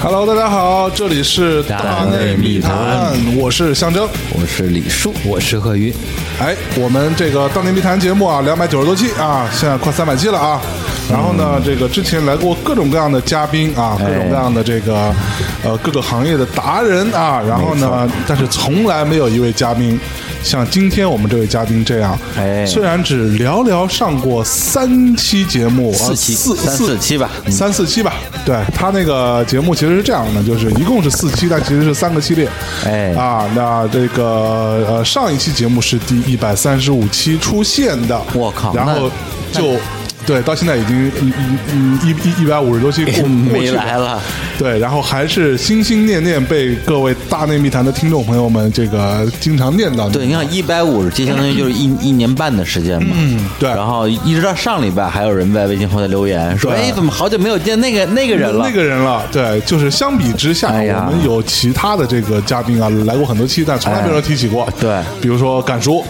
Hello，大家好，这里是大内密谈，我是象征。我是李叔，我是贺云，哎，我们这个《当年密谈》节目啊，两百九十多期啊，现在快三百期了啊。然后呢，嗯这个之前来过各种各样的嘉宾啊，哎各种各样的这个呃各个行业的达人啊。然后呢，但是从来没有一位嘉宾像今天我们这位嘉宾这样。哎虽然只寥寥上过三期节目，啊哦四期四三四期吧嗯三四期吧。对他那个节目其实是这样的，就是一共是四期，但其实是三个系列。哎啊，那这个呃上一期节目是第一百三十五期出现的，我靠然后就。对，到现在已经一一一一一百五十多期过过 没去来了，对，然后还是心心念念被各位大内密谈的听众朋友们这个经常念叨。对，你嗯看一百五十期，相当 于就是一一年半的时间嘛。嗯，对然后一直到上礼拜，还有人在微信后台留言说：“对哎，怎么好久没有见那个那个人了？”那个人了，对，就是相比之下，哎呀我们有其他的这个嘉宾啊，来过很多期，但从来没有人提起过。 对比如说 敢叔，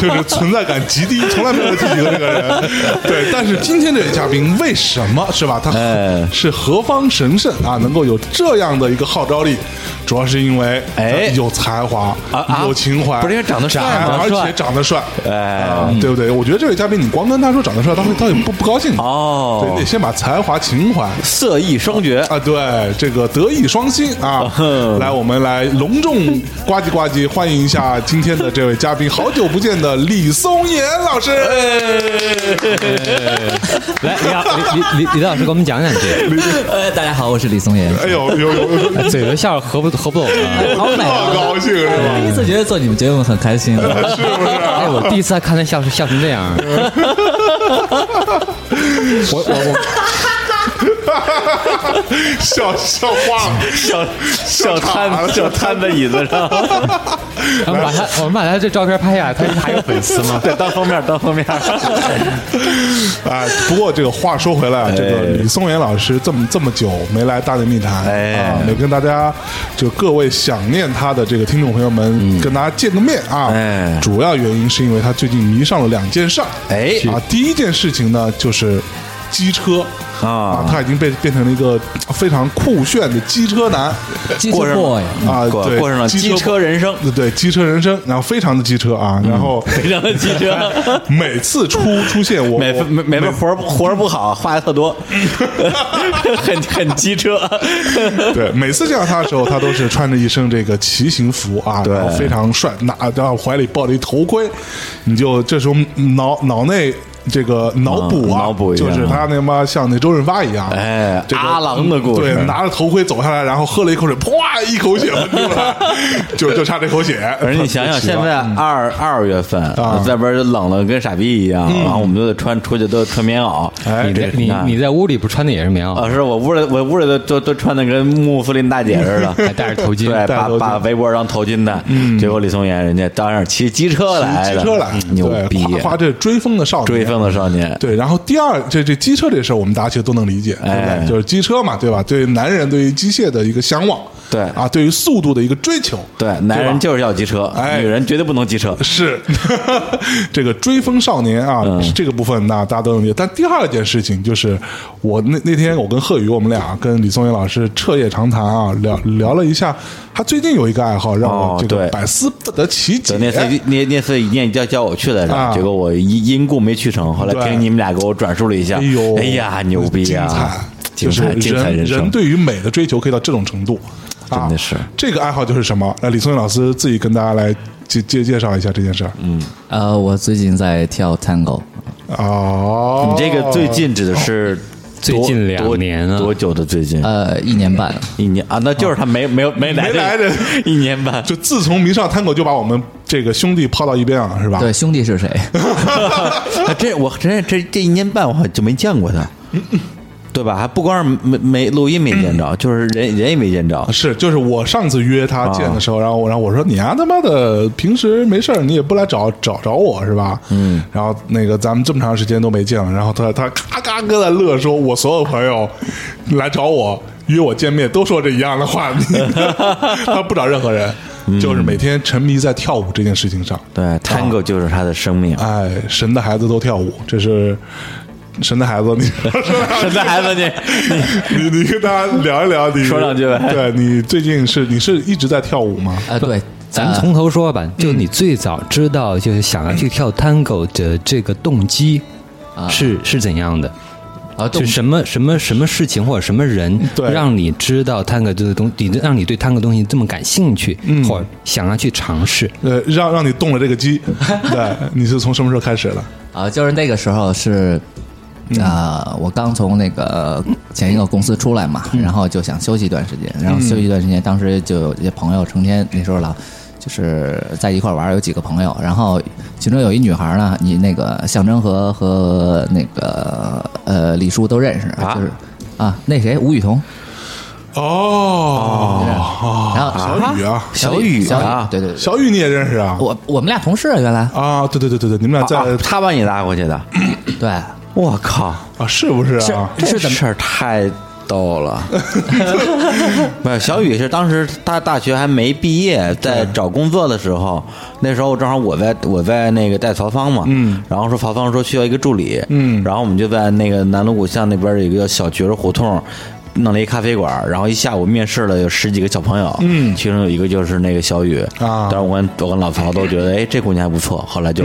就是存在感极低，从来没有人提起过这个人。对，但是今天这位嘉宾为什么是吧？他何哎是何方神圣啊，能够有这样的一个号召力，主要是因为哎有才华啊啊有情怀，不是因为长得帅哎吗而且长得帅，啊对不对？我觉得这位嘉宾，你光跟他说长得帅，他会他也不不高兴的。对，你哦得，先把才华、情怀色艺双绝， 啊，对，这个德艺双馨啊，来，我们来隆重呱唧呱唧欢迎一下今天的这位嘉宾，好久不见的李松岩老师。来李老李李李老师给我们讲讲这个， 呃，大家好，我是李松岩，哎呦，有有，嘴都笑合不合不拢了。好美好啊！高兴是第吧？一次觉得做你们节目很开 心，哎，我第一次看他笑是笑成这样，我我我，笑笑话了，小小岔了瘫小瘫在椅子上，我们把他我们把他这照片拍下来，他还有粉丝吗？ 对，当封面当封面。 哎，不过这个话说回来，哎啊，这个李松岩老师这么这么久没来大内密谈，哎啊，没跟大家就各位想念他的这个听众朋友们跟大家见个面啊，嗯哎主要原因是因为他最近迷上了两件事儿，哎啊，第一件事情呢就是机车。啊他已经被变成了一个非常酷炫的机车男机过智人 boy，啊，过对，过上了机车人 生嗯对对，机车人生，然后非常的机车啊，然后非常的机车，每次出出现我 每我每每份活儿不活儿不好，话特多， 很很机车。 对，每次见到他的时候，他都是穿着一身这个骑行服啊，然后非常帅，拿然后怀里抱着一头盔，你就这时候脑脑内。这个脑补啊，嗯脑补一下就是他那妈像那周润发一样，哎这个阿郎的故事对，拿着头盔走下来，然后喝了一口水，啪，一口血喷出来，就就差这口血。 而你想想，现在嗯二二月份啊，外边冷了跟傻逼一样，然后我们都得穿出去都得穿棉袄。哎你在嗯你你看你在屋里不穿的也是棉袄，啊，是我屋里我屋里都都都穿的跟穆斯林大姐似还的。戴着头巾， 对，戴把头巾把围脖当头巾的，结果李松岩人家当然是骑机车来骑的，车来嗯，牛对，逼，夸夸这追风的少年，追风的少年，对，然后第二，这这机车这事儿，我们大家其实都能理解，对不哎对？就是机车嘛，对吧？对男人对于机械的一个向往，对啊，对于速度的一个追求，对，男人就是要骑车，哎女人绝对不能骑车。是 这个追风少年啊，嗯这个部分那大家都能理解。但第二件事情就是，我那那天我跟贺宇，我们俩跟李松岩老师彻夜长谈啊，聊聊了一下，他最近有一个爱好让我哦这个对百思不得其解。对那次那那次一定叫叫我去来着，哎啊结果我因因故没去成。后来对听你们俩给我转述了一下，哎呦，哎呀，牛逼精彩啊！！就精是彩，精彩人人生！对于美的追求可以到这种程度，啊真的是这个爱好就是什么？那李松岩老师自己跟大家来介介介绍一下这件事儿。嗯，呃，我最近在跳 tango，哦，你这个最近指的是最多近两多年啊多久的最近？呃，一年半了，一年啊，那就是他没没有没来没来这这一年半。就自从迷上探戈，就把我们这个兄弟抛到一边了，是吧？对，，兄弟 是谁？嗯啊这我真是这这一年半我好像就没见过他。对吧？还不光是没没录音没见着，就是人人也没见着。啊是，就是我上次约他见的时候，然后我然后我说你啊丫他妈的平时没事儿你也不来找找找我是吧？嗯，然后那个咱们这么长时间都没见了，然后他他咔咔搁那乐说，我所有朋友来找我约我见面都说这一样的话，你 他不找任何人，就是每天沉迷在跳舞这件事情上。对，Tango 就是他的生命。哎，神的孩子都跳舞，这是神的孩子，你神的孩子，你你你你跟他聊一聊，你说两句呗对你最近是你是一直在跳舞吗？啊，对，咱们呃从头说吧，就你最早知道就是想要去跳 tango 的这个动机是是怎样的？啊，动就什么什么什么事情或者什么人对让你知道探戈这个东，你让你对探戈东西这么感兴趣，或者想要去尝试？呃，让让你动了这个 机，对，你是从什么时候开始的？啊，就是那个时候是，嗯啊，我刚从那个前一个公司出来嘛，嗯然后就想休息一段时间，然后休息一段时间，当时就有一些朋友成天那时候老就是在一块玩儿，有几个朋友，然后其中有一女孩呢，你那个象征和和那个呃李叔都认识，啊就是啊那谁吴雨桐，哦，然后小雨啊，小雨小啊，对对对，小雨你也认识啊？我我们俩同事啊原来啊，对对对对对，你们俩在啊啊他把你拉过去的，对我靠，啊，是不是是啊？这是怎么事儿太逗了。没有，小雨是当时他大学还没毕业，在找工作的时候，那时候正好我在我在那个带曹芳嘛，嗯，然后说曹芳说需要一个助理，嗯，然后我们就在那个南锣鼓巷那边有一个小角儿胡同。弄了一咖啡馆，然后一下午面试了有十几个小朋友，嗯，其中有一个就是那个小雨啊嗯当时我跟我跟老曹都觉得，哎，这姑娘还不错，后来就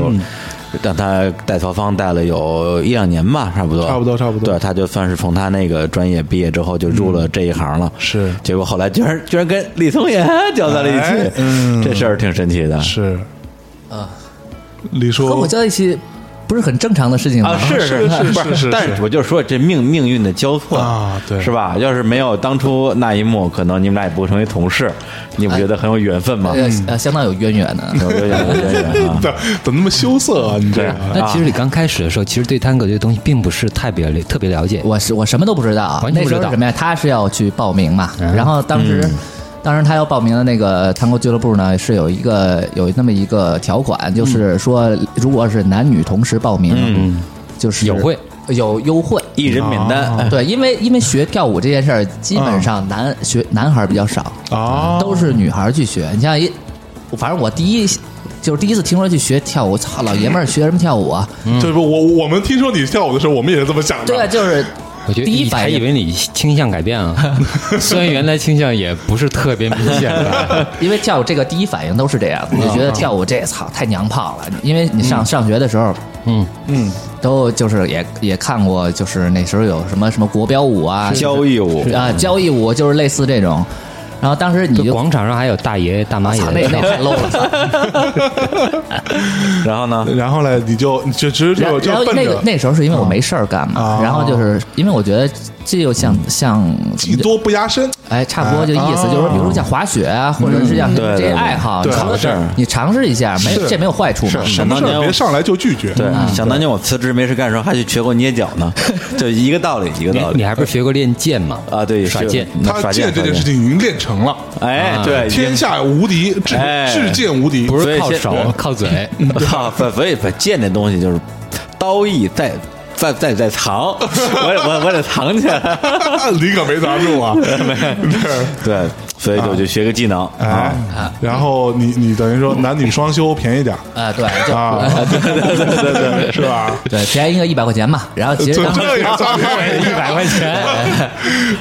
让她带曹芳带了有一两年吧，差不多，差不多差不多对，他就算是从他那个专业毕业之后就入了这一行了，嗯是结果后来居然居然跟李松岩搅在了一哎起，嗯这事儿挺神奇的。是啊，李和我叔，交一起不是很正常的事情吗？啊，是是是是是不是是但是我就说这命命运的交错啊对是吧？要是没有当初那一幕，可能你们俩也不会成为同事，你不觉得很有缘分吗？哎呃呃相当有渊源的。有缘有渊 源啊！ 怎怎么那么羞涩啊？你这个对啊那其实你刚开始的时候，其实对探戈这个东西并不是特别了特别了解。我是我什么都不知道，啊完全那不时知道候是什么呀？他是要去报名嘛，然后当时。当时他要报名的那个探戈俱乐部呢，是有一个有那么一个条款，就是说，如果是男女同时报名，就是有惠有优惠。一人免啊单，对，因为因为学跳舞这件事儿，基本上男、学男孩儿比较少，啊，都是女孩儿去学。你像一，反正我第一就是第一次听说去学跳舞，操，老爷们儿学什么跳舞啊？嗯就是我我们听说你跳舞的时候，我们也是这么想的。对啊，就是我觉得第一你反还应以为你倾向改变了， 虽然原来倾向也不是特别明显 吧。因为跳舞这个第一反应都是这样，嗯我就觉得跳舞这操太娘炮了。因为你上上学的时候，嗯，都就是也也看过，就是那时候有什么什么国标舞啊，交易舞啊交谊舞，就是类似这种。然后当时你就就广场上还有大爷大妈也操那那太 low 了，操然后呢？然后呢，你就你就直接然后就然就后奔那个着那时候是因为我没事儿干啊嘛，然后就是因为我觉得这就像像技多不压身，哎，差不多就意思就是说，比如说像滑雪啊，或者是像对这对些对爱好，哦嗯对你好尝事试儿你尝试一下，没是这没有坏处嘛。什么事当年儿我别上来就拒绝。对，想当年我辞职没事干的时候，还去学过捏脚呢，就一个道理，一个你道理你还不是学过练剑吗？啊。对，耍是剑那他耍剑啊这耍件事情已经练成了，哎，对，已经天下无敌，至哎至剑无敌。不所是以靠现手对靠嘴，嗯啊 靠，所所以把剑这东西就是刀艺在在在在藏， 我我我得藏起来。你可 没啊砸住啊！对，所以就就学个技能啊哎。，然后你你等于说男女双修便宜点儿啊，对，就啊， 对对对对，是吧？对，便宜个一百块钱嘛。然后其实就当时，这也算便宜一百块钱，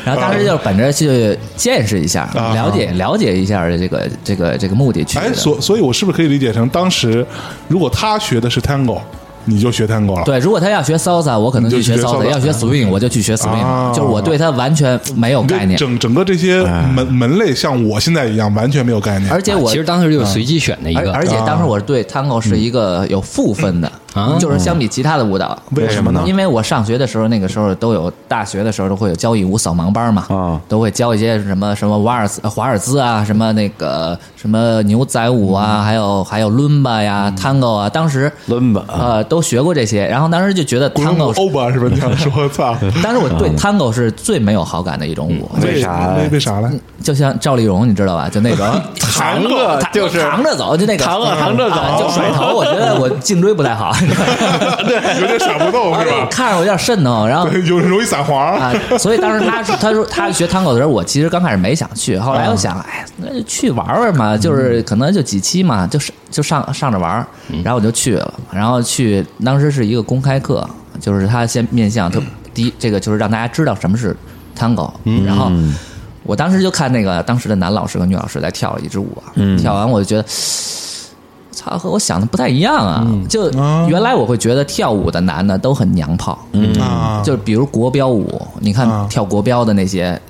然后当时就是本着去见识一下，啊了解了解一下这个这个这个目的去哎，的。所所以，我是不是可以理解成，当时如果他学的是 tango，你就学 tango 了？对，如果他要学 salsa，我可能你就去学学 salsa salsa；要学 swing，我就去学 swing。啊就是我对他完全没有你概对念，哎整整个这些门门类，像我现在一样，完全没有概念。而且我其实当时就是随机选的一嗯而个，啊而且当时我对 tango 是一个有负分的，啊就是相比其他的舞蹈，嗯为什么呢因为我上学的时候，那个时候都有大学的时候都会有交谊舞扫盲班嘛，啊都会教一些什么什么瓦尔兹、呃华尔兹啊，什么那个什么牛仔舞啊，还有还有伦巴呀、tango 嗯啊，当时伦巴呃都学过这些，然后当时就觉得古龙 tango 是欧巴是吧？哦你想说，操， 当时我对 tango 是最没有好感的一种嗯舞，为啥为为啥嘞？就像赵丽蓉，你知道吧？就那 种扛着扛就是扛着走，就那个扛着扛着走啊就甩头。我觉得我颈椎不太 好， 有点甩不动是而且 吧？看着我有点瘆得慌。然后对有容易撒啊黄，，所以当时他他说他学 tango 的时候，我其实刚开始没想去，后来我想，哎，那就去玩玩嘛，就是可能就几期嘛，就是就上上着玩儿，然后我就去了，然后去当时是一个公开课，就是他先面向就第一这个就是让大家知道什么是 tango，然后。我当时就看那个当时的男老师和女老师在跳一支舞啊，跳完我就觉得，操，和我想的不太一样啊！就啊原来我会觉得跳舞的男的都很娘炮，啊嗯就比如国标舞，你啊看跳国标的那些。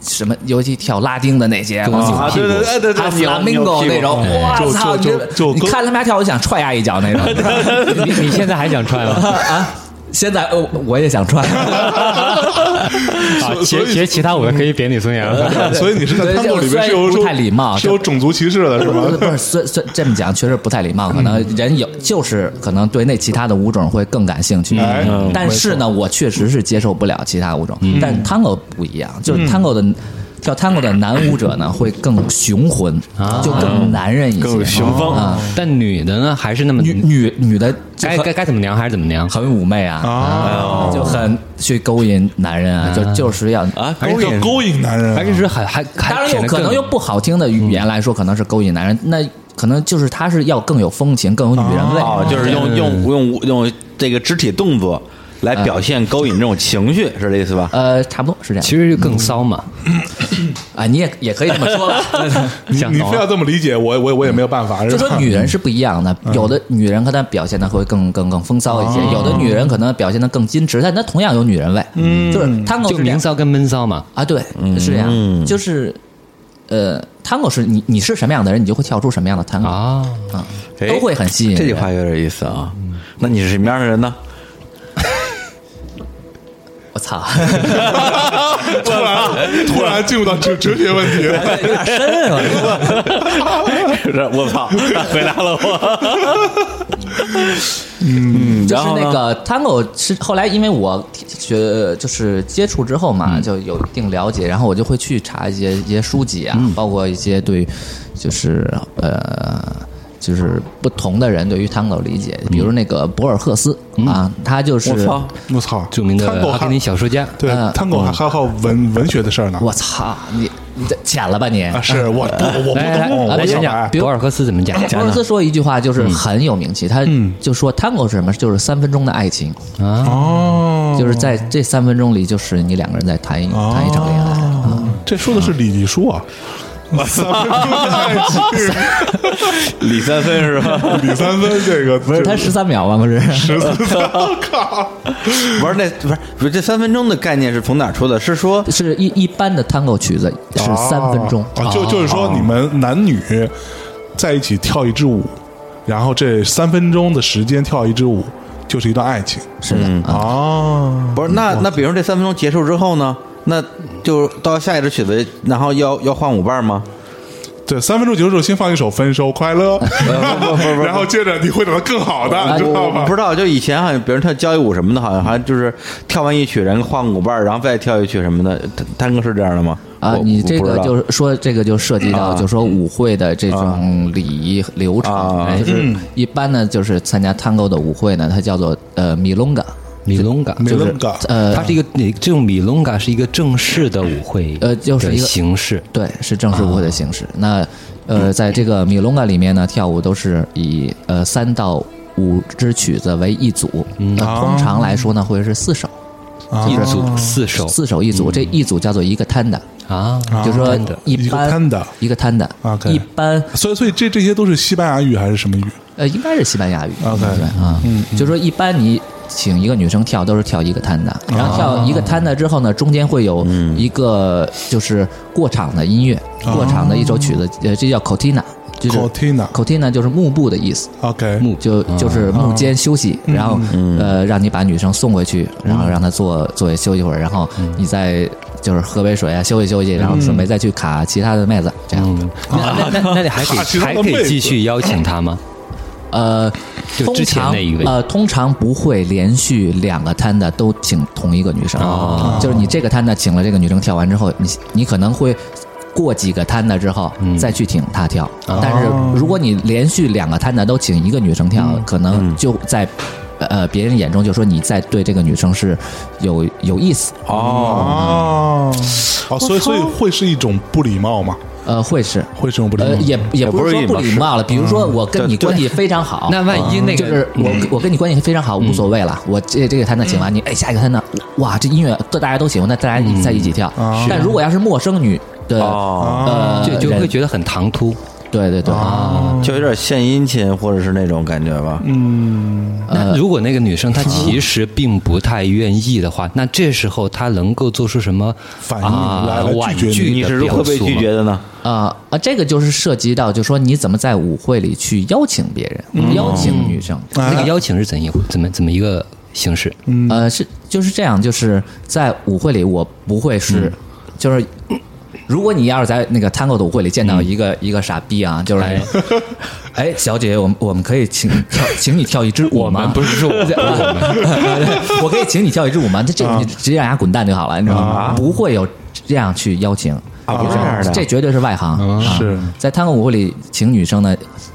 什么？尤其跳拉丁的那些，我操对对哎对对对还有扭 flamingo 扭屁股那种，哎哇就操！你就这就就你跟看他们俩跳，我就想踹他一脚 那 种。啊你你现在还想 穿吗？啊！现在呃我也想踹。啊，学所所以学其他舞的可以贬你孙杨了。嗯所以你是在对汤姆里虽面是然有不种太礼貌是有种族歧视的是不是吧？ 不是，虽虽这么讲确实不太礼貌，可能人有就是可能对那其他的舞种会更感兴趣哎嗯，但是呢，我确实是接受不了其他舞种，但 tango 不一样，就是 tango 的。跳 tango 的男舞者呢，会更雄浑，就更男人一些，更雄风啊。 但女的呢，还是那么女女女的就该很该该怎么娘还是怎么娘。很妩媚啊，就很去勾引男人啊，就就是要啊，还是叫勾引男人啊，还是说还还还当然显有得可能更用不好听的语言来说，可能是勾引男人，那可能就是他是要更有风情，更有女人味，哦，就是用用用用这个肢体动作来表现勾引这种情绪，是这意思吧？呃，差不多是这样。其实就更骚嘛，啊，你也也可以这么说吧，想你懂非要了这么理解，我我我也没有办法。 就是吧 说女人是不一样的，嗯有的女人可能表现的会更更更风骚一些，哦有的女人可能表现的更矜持，但她同样有女人味。嗯，就是 tango 就是这明样骚跟嗯闷骚嘛。啊，对，是这样，就是呃，tango 是你你是什么样的人，你就会跳出什么样的 tango 啊，啊，哎都会很吸引人。这句话有点意思啊。那你是什么样的人呢？ 我操，突然突然进入到 哲哲学问题了，有点深啊。是我操，回答了我。 嗯，就然是后那呢个 tango 是后来因为我学就是接触之后嘛，就有一定了解，然后我就会去查一些一些书籍啊，包括一些对于就是呃。就是不同的人对于 tango 理解，比如那个博尔赫斯、啊，他就是我操，我操，著名的 Tango 阿啊根廷小说家。对嗯探狗还还好文文学的事儿呢。我嗯操，你你这浅了吧你？啊，是我不我不来来来，懂，来我讲想讲来。博尔赫斯怎么讲？博讲尔赫斯讲说一句话就是很有名气，他就说 tango 是什么？就是三分钟的爱情，啊，嗯哦，就是在这三分钟里，就是你两个人在谈一哦谈一场恋爱。这说的是李李叔啊。三分钟的爱情， 李三分是吧？李三分这个不不是他十三秒吗？不是，十四分，我靠！不是那不是不是这三分钟的概念是从哪儿出的？是说是一一般的 tango 曲子啊是三分钟，哦啊，就就是说你们男女在一起跳一支舞，然后这三分钟的时间跳一支舞，就是一段爱情是的嗯啊。哦。不是那那比如说这三分钟结束之后呢？那就到下一支曲子，然后要要换舞伴吗？对，三分钟结束之后先放一首《分手快乐》不不，不然后接着你会找到更好的，我你知道我吗不？知道，就以前好像别人跳交谊舞什么的，好像还就是跳完一曲，然后换舞伴，然后再跳一曲什么的。探探哥是这样的吗？啊，我你这我不知个道就是说，这个就涉及到，啊就说舞会的这种礼仪流程，哎啊就是嗯一般呢，就是参加 tango 的舞会呢，它叫做呃米隆嘎，米隆嘎，没就是那么干，呃它是一个这种米隆嘎是一个正式的舞会，呃就是一个形式。对，是正式舞会的形啊式。那呃，在这个米隆嘎里面呢，跳舞都是以呃三到五支曲子为一组，嗯那通常来说呢，会是四首，啊一组四首四首一嗯组，这一组叫做一个 tanda，啊，就说真的一般一个 tanda 一个 tanda 啊 OK 一般所以所以这这些都是西班牙语还是什么语？呃应该是西班牙语 OK 对啊，就说一般你请一个女生跳都是跳一个 tanda，然后跳一个 tanda 之后呢，中间会有一个就是过场的音乐，过场的一首曲子，呃，这叫 cortina。就是 Cortina Cortina 就是幕布的意思， OK，木就就是幕间休息，然后呃让你把女生送回去，然后让她坐坐休息会儿，然后你再就是喝杯水啊，休息休息，然后准备再去卡其他的妹子，这样嗯，那那那你还可 啊其以他的还可妹以子继续邀请他吗？呃。就之前那一通位常呃，通常不会连续两个摊的都请同一个女生，哦就是你这个摊的请了这个女生跳完之后，你你可能会过几个摊的之后、嗯再去请她跳，哦但是如果你连续两个摊的都请一个女生跳，嗯可能就在。呃，别人眼中就说你在对这个女生是有有意思，哦，嗯哦，啊哦，所以所以会是一种不礼貌嘛？呃，会是，会是一种不礼貌呃，吗，也也不是嗯也说不不是礼貌了。比如说，我跟你对关系非常好，嗯那万一那个嗯就是我我跟你关系非常好，无所谓了。我这这个摊子请完你，哎，下一个摊子，哇，这音乐各大家都喜欢，那大家一在一起跳啊。但如果要是陌生女的，哦，呃，就就人会觉得很唐突。对对对，哦嗯就有点献殷勤或者是那种感觉吧。那呃如果那个女生嗯她其实并不太愿意的话，那这时候她能够做出什么反应来啊来拒婉绝你拒你的是表会被述拒吗绝的呢？啊啊，这个就是涉及到，就说你怎么在舞会里去邀请别人，邀请女生。啊哎那个邀请是怎一怎么怎么一个形式？呃，是就是这样，就是在舞会里，我不会是， 就是如果你要是在那个 tango 的舞会里见到一个、一个傻逼啊，就是， 哎，小姐，我们我们可以请跳，请你跳一支舞吗？啊 是说 我啊我可以请你跳一支舞吗？这这你直接让人家滚蛋就好了，你知道吗？不会有这样去邀请。啊不是这样的这绝对是外行。啊是在 tango 舞会里请女生的，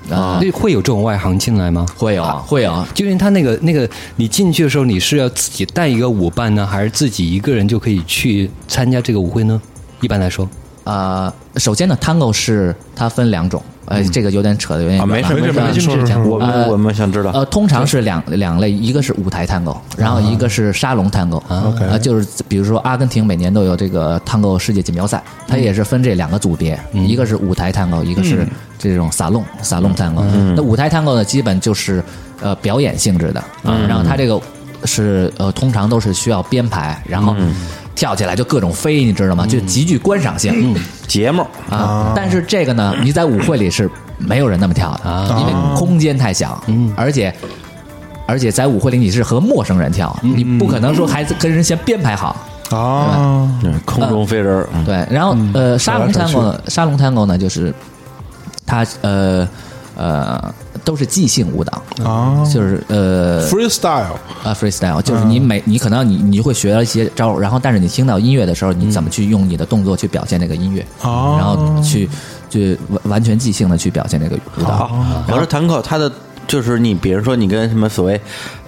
呃，那会有这种外行进来吗？会有会有，就因为他那个那个，你进去的时候你是要自己带一个舞伴呢，还是自己一个人就可以去参加这个舞会呢？一般来说，呃，首先呢，tango 是它分两种，呃，这个有点扯的有点嗯啊，远没了事没事没事事没事没事，我们我们想知道呃，通常是两两类，一个是舞台 tango，然后一个是沙龙 tango，啊 OK 呃，就是比如说阿根廷每年都有这个 tango 世界锦标赛，它也是分这两个组别，嗯一个是舞台 tango，一个是这种撒弄撒弄 tango。那嗯舞台 tango 呢，基本就是呃表演性质的，嗯然后它这个是呃通常都是需要编排，然后嗯跳起来就各种飞，你知道吗？就极具观赏性。嗯节目啊，但是这个呢，你在舞会里是没有人那么跳的，因为空间太小，而且。而且在舞会里你是和陌生人跳，你不可能说还跟人先编排好，啊，嗯空中飞人儿，嗯对。然后呃，沙龙甩来甩 tango 呢，沙龙 tango 呢，就是它呃呃都是即兴舞蹈，啊就是呃，freestyle 啊 freestyle，就是你每你可能你你会学了一些招儿，然后但是你听到音乐的时候，你怎么去用你的动作去表现那个音乐，哦然后去去完完全即兴的去表现这个舞蹈。啊，我说堂口他的就是你，比如说你跟什么所谓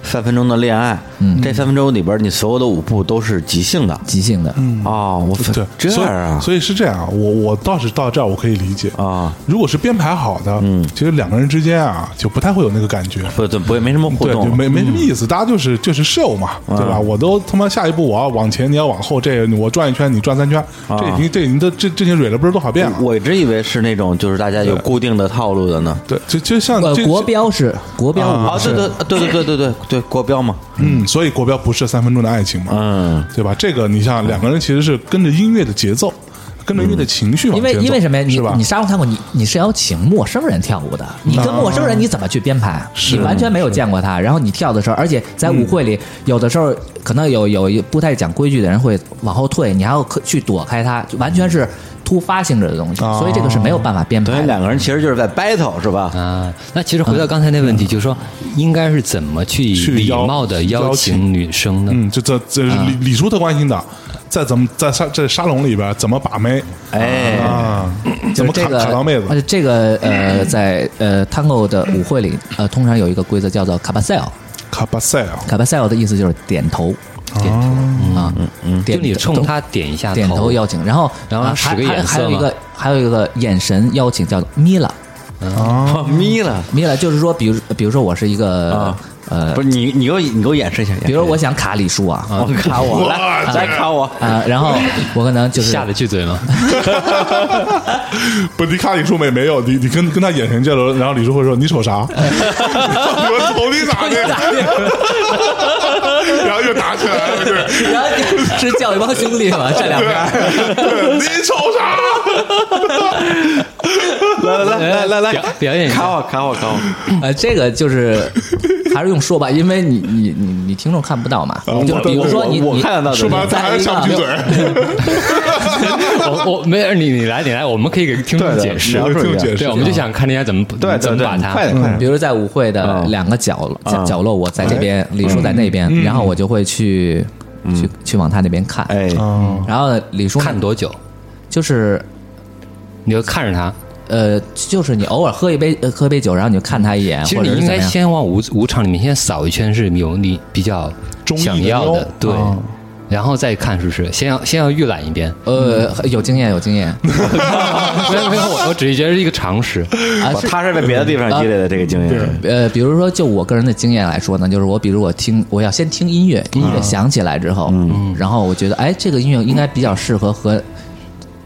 三分钟的恋爱，这三分钟里边你所有的舞步都是即兴的。即兴的，嗯哦，我对，这所以样啊，所以是这样啊，我我倒是到这儿我可以理解啊，如果是编排好的，嗯，其实两个人之间啊就不太会有那个感觉。不对，不会没什么互对，就动，没没什么意思，大家就是就是 show 嘛，对吧？我都他妈下一步我要往前，你要往后，这我转一圈，你转三圈，这已经这已经都这这些蕊了不知道多少遍了。我一直以为是那种就是大家有固定的套路的呢。对，就就像呃这，啊国标是国标啊舞，哦，对对对对对对对对，国标嘛，嗯，所以国标不是三分钟的爱情嘛，嗯，对吧？这个你像两个人其实是跟着音乐的节奏，跟着音乐的情绪往因为前走，因为什么呀？你是吧嗯啊你？沙龙探过，你你是要请陌生人跳舞的，你跟陌生人你怎么去编排？你完全没有见过他，然后你跳的时候，而且在嗯舞会里，有的时候可能有有一不太讲规矩的人会往后退，你还要可去躲开他，就完全嗯是突发性质的东西，哦所以这个是没有办法编等于排的。两个人其实就是在 battle 是吧？啊，那其实回到刚才那问题，就是说应该是怎么去去礼邀貌的邀邀请请女生呢？嗯，就这这是李李叔特关心的，在怎么在沙在沙龙里边怎么把妹哎，啊？就怎是么这卡个卡到妹子而且这个呃，在呃 tango 的舞会里，呃，通常有一个规则叫做 c a b a s e l 卡巴塞啊， c a b a s e l 的意思就是点头点头，啊，哦就点你冲头她点一下点头头邀请，然后然后啊使还个还眼还色有一嘛个还有一个眼神邀请叫做米拉哦眯了，米拉，就是说，比如比如说我是一个啊呃，不是你你给我你给我演示一下，比如我想卡李叔啊哦我卡我来来卡我，啊，然后我可能就是下得去嘴吗？不，你看李叔没没有，你你跟跟他眼神交流，然后李叔会说你瞅啥？我瞅你咋的？然后又打起来了，对然后 是叫一帮兄弟嘛，站两边儿，对，你瞅啥？来来来来来表表演一下卡我卡我卡我，呃，这个就是还是用说吧，因为你你你你听众看不到嘛，啊我就比如说你我你看得到的说白了，咱在还一是个下不去嘴。 我我没有你你来你来，我们可以给听众解释，描述一听解下释，对，我们就想看人家怎么对怎么对对，把它快点快点，比如在舞会哦的两个角落角角落，我在这边，哎李叔在那嗯边，然后我就会去去去往他那边看，哎，嗯，然后李叔呢看多久，就是你就看着他。呃，就是你偶尔喝一杯呃喝一杯酒，然后你就看他一眼，其啊或实者你应是怎么该样。先往舞舞场里面先扫一圈，是有你比较中意的想要妞的，对啊，然后再看是不是？先要先要预览一遍。呃，有经验，有经 验没有没有，我我只是觉得是一个常识。啊，我是他是在别的地方积累的这个经验，呃，比如说，就我个人的经验来说呢，就是我比如我听，我要先听音乐，音嗯乐响起来之后，然后我觉得，哎，这个音乐应该比较适合和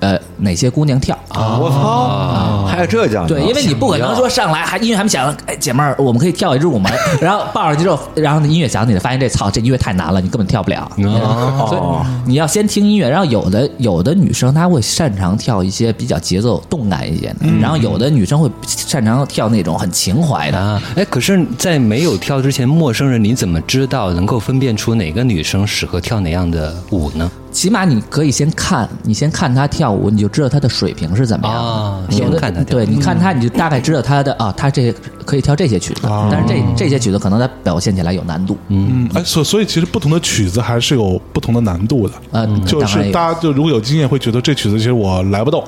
呃哪些姑娘跳啊？我操，还有这啊讲究对，因为你不可能说上来还音乐还没响，哎，姐妹儿， 我们可以跳一支舞吗？然后抱上去之后，然后那音乐响起来，发现这操，这音乐太难了，你根本跳不了。哦所以你要先听音乐，然后有的有的女生她会擅长跳一些比较节奏动感一些的，嗯然后有的女生会擅长跳那种很情怀的。啊，哎，可是，在没有跳之前，陌生人你怎么知道能够分辨出哪个女生适合跳哪样的舞呢？起码你可以先看，你先看他跳舞，你就知道他的水平是怎么样的。啊有的先看他跳嗯对，你看他，你就大概知道他的啊，他这可以跳这些曲子，哦但是这这些曲子可能他表现起来有难度。嗯，嗯，哎，所所以其实不同的曲子还是有不同的难度的，呃，嗯就当然是也大家就如果有经验会觉得这曲子其实我来不动，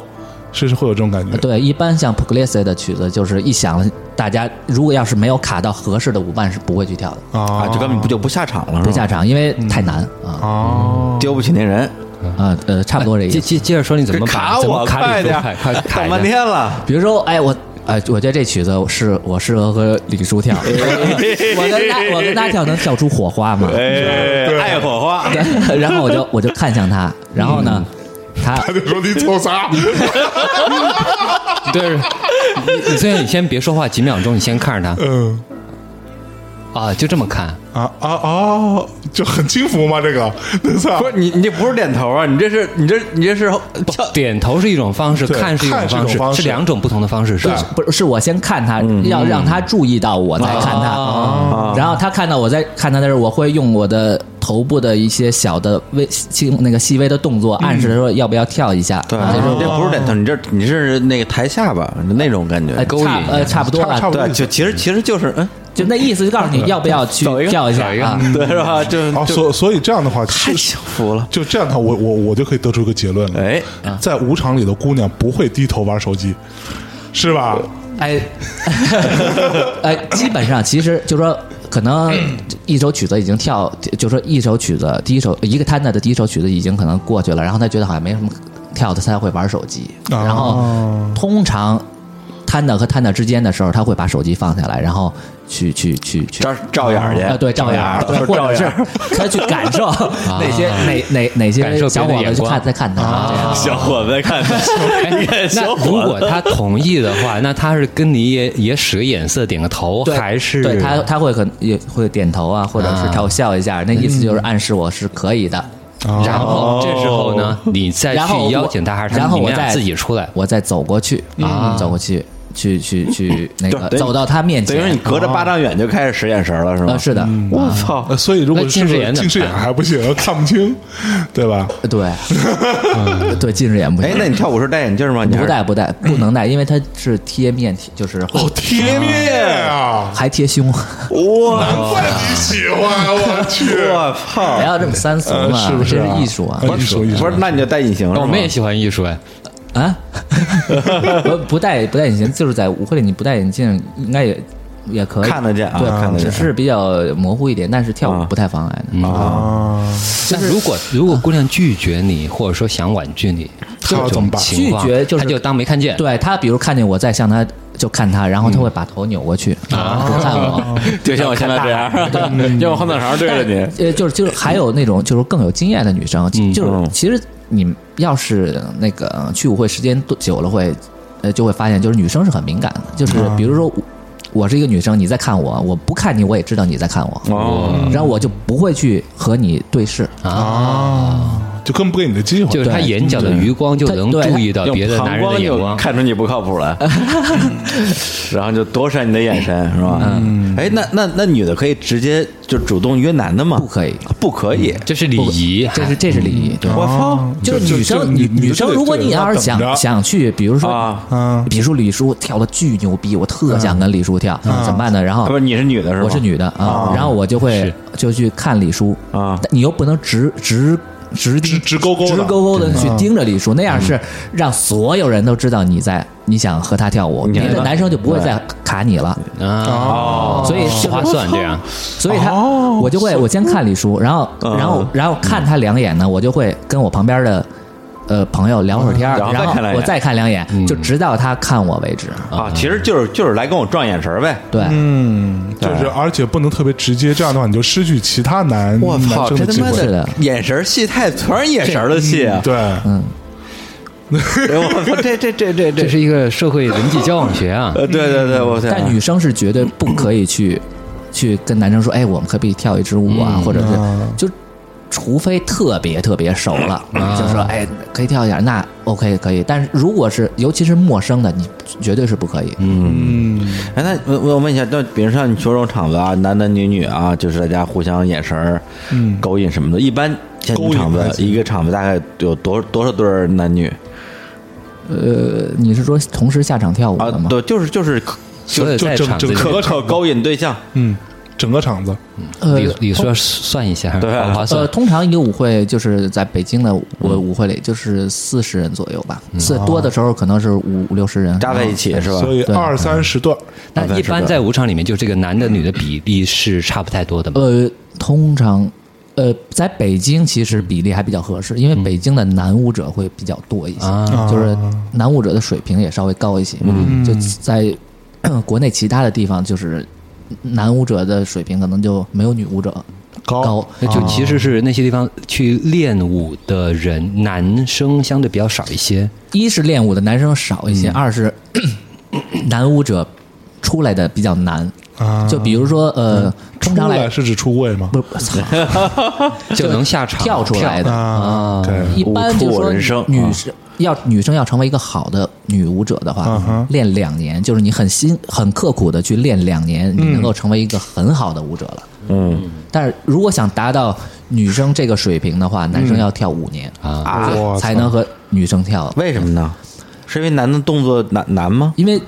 是是会有这种感觉。对，一般像 p u g l i s 的曲子，就是一响，大家如果要是没有卡到合适的舞伴，是不会去跳的，啊啊，就根本不就不下场了，不是吧下场，因为太难啊哦，丢不起那人，啊呃，差不多这意接思。接接着说，你怎么把卡怎么我卡快里点头快 快，卡等一半下天了，比如说，哎，我呃，我觉得这曲子是我适合和李叔跳，我跟他我跟他跳能跳出火花吗？哎，爱火花，对， 然后我就我就看向他，然后呢，他还得说你瞅啥？对，你你先你先别说话，几秒钟，你先看着嗯他啊，就这么看。 啊啊哦，就很轻浮嘛，这个对吧？不是你，你这不是点头啊，你这是你这你这是跳 点头是一种方式，对看是一看种是方一种方式，式是两种不同的方式，是吧？不是是我先看他，要让他注意到我再看他，然后他看到我在看他的时候，我会用我的头部的一些小的微轻那个细微的动作暗示说要不要跳一下，对，啊你这不是点头，你这你是那个抬下巴那种感觉哎，勾引差呃差不多差差了，不多对，就其实其实就是嗯，就那意思就告诉你要不要去走一个跳一下走一个啊。对是吧？就啊，就所所以这样的话，太是幸福了，就这样的话，我我我就可以得出一个结论了，哎，在舞场里的姑娘不会低头玩手机，是吧？哎， 哎，基本上其实就说，可能一首曲子已经跳，就说一首曲子，第一首一个摊子的第一首曲子已经可能过去了，然后他觉得好像没什么跳的，他才会玩手机。哦然后通常摊子和摊子之间的时候，他会把手机放下来，然后去去去去。照照眼儿去啊，对，照眼儿，对，或照者眼是 儿，他去感受哪些哪哪哪感受些别小人的伙眼子去光看在看他，这样小伙子看， 你看哎那小如伙果子，他同意的话，那他是跟你也也使个眼色，点个头，对，还是对他他会很也会点头啊，或者是嘲笑一下，那意思就是暗示我是可以的。然后这时候呢，哦你再然后我去邀请他，还是然后你我们俩再自己出来？嗯我再走过去啊，走过去，去 去去那对个等于走到他面等于你前。呃隔着巴掌远就开始使眼神啊了，是嗯吗呃，？是的，我操！呃所以如果那是近视眼怎么近视眼办还不行，看不清，对吧？对， 对，近视眼不哎，行，那你跳舞是戴眼镜吗？你还不是戴不戴不能戴，因为它是贴面，就是会哦，贴面啊！还贴胸，哦哇，难怪你喜欢，我去，我操不！要这么三俗呃，嘛，是不是这啊？是艺哦术啊呃艺术艺术不是，那你就戴隐形嗯了。我们也喜欢艺术哎，啊！ 不不戴不戴眼镜，就是在舞会里你不戴眼镜，应该也也可以看得见啊对，看得见只是比较模糊一点，但是跳舞不太妨碍的。啊！那如果如果姑娘拒绝你，或者说想婉拒你，他要这怎种么办情况拒绝就是他就当没看见。对他，比如看见我在向他就看他，然后嗯他会把头扭过去啊，不看我。就像我现在这样， 就我后脑勺对着 你。呃，就是就是还有那种就是更有经验的女生，就就是其实你要是那个去舞会时间多久了会，呃，就会发现就是女生是很敏感的，就是比如说我我是一个女生，你在看我，我不看你我也知道你在看我，哦，然后我就不会去和你对视。啊，就根本不给你的机会。就是他眼角的余光就能对注意到别的男人的眼用膀光就。看出你不靠谱来， 然后就躲闪你的眼神，是吧？哎，那那那女的可以直接就主动约男的吗？啊不可以，不可以。嗯哦这是礼仪，这是这是礼仪，嗯对。我操！就是女生，女女生，如果你要是想想去，比如说啊，嗯比如说李叔跳的巨牛逼，我特想跟李叔跳，怎么办呢？然后啊不是你是女的是吗？我是女的啊，然后我就会就去看李叔啊但你又不能直直直直直勾勾的直勾勾的去盯着李叔，那样是让所有人都知道你在你想和他跳舞，你别看的男生就不会再卡你了。啊，哦所以划算这样。所以他，我就会我先看李叔，然后嗯然后然后看他两眼呢，我就会跟我旁边的呃朋友聊会儿天儿，然后再然后看两眼我再看两眼，就直到他看我为止。啊，其实就是就是来跟我撞眼神儿呗。对，嗯，就是而且不能特别直接，这样的话你就失去其他男我男操，生这他机妈会。是的的眼神儿戏太全是眼神儿的戏啊！对，对，我 操，这这这这这这，是一个社会人际交往学啊，呃，对对对，我操！但女生是绝对不可以去去跟男生说，哎，我们可不可以跳一支舞啊，或者是就。除非特别特别熟了，就说哎，可以跳一下，那 OK 可以。但是如果是尤其是陌生的，你绝对是不可以。嗯，哎，那我我问一下，那比如像你球种场子啊，男男女女啊，就是大家互相眼神儿嗯勾引什么的，一般像你们场勾引还子行一个场子大概有多多少对儿男女啊呃，你是说同时下场跳舞啊的吗？？对，就是就是可所有就在整场整的个可可勾引对象，嗯，整个场子，呃李李叔要算一下，对啊划不划呃，算。通常一个舞会就是在北京的舞舞会里，就是四十人左右吧，四多的时候可能是五五六十人扎在一。嗯起是吧？所以对二三十段，那一般在舞场里面，就这个男的女的比例是差不太多的嘛。呃，通常，呃，在北京其实比例还比较合适，因为北京的男舞者会比较多一些，啊就是男舞者的水平也稍微高一些。嗯，就在咳国内其他的地方，就是男舞者的水平可能就没有女舞者高高那哦就其实是那些地方去练舞的人，男生相对比较少一 些。一是练舞的男生少嗯一些，二是 男舞者出来的比较难。啊就比如说，呃，出通常来来是指出柜吗？不是操就能下场跳出来的，啊，OK，一般就舞出我说人生女生要女生要成为一个好的女舞者的嗯话哼，练两年，就是你很辛很刻苦的去练两年，你能够成为一个很好的舞者了。嗯，但是如果想达到女生这个水平的话，男生要跳五年啊我操才能和女生跳。为什么呢？是因为男的动作难难吗？因为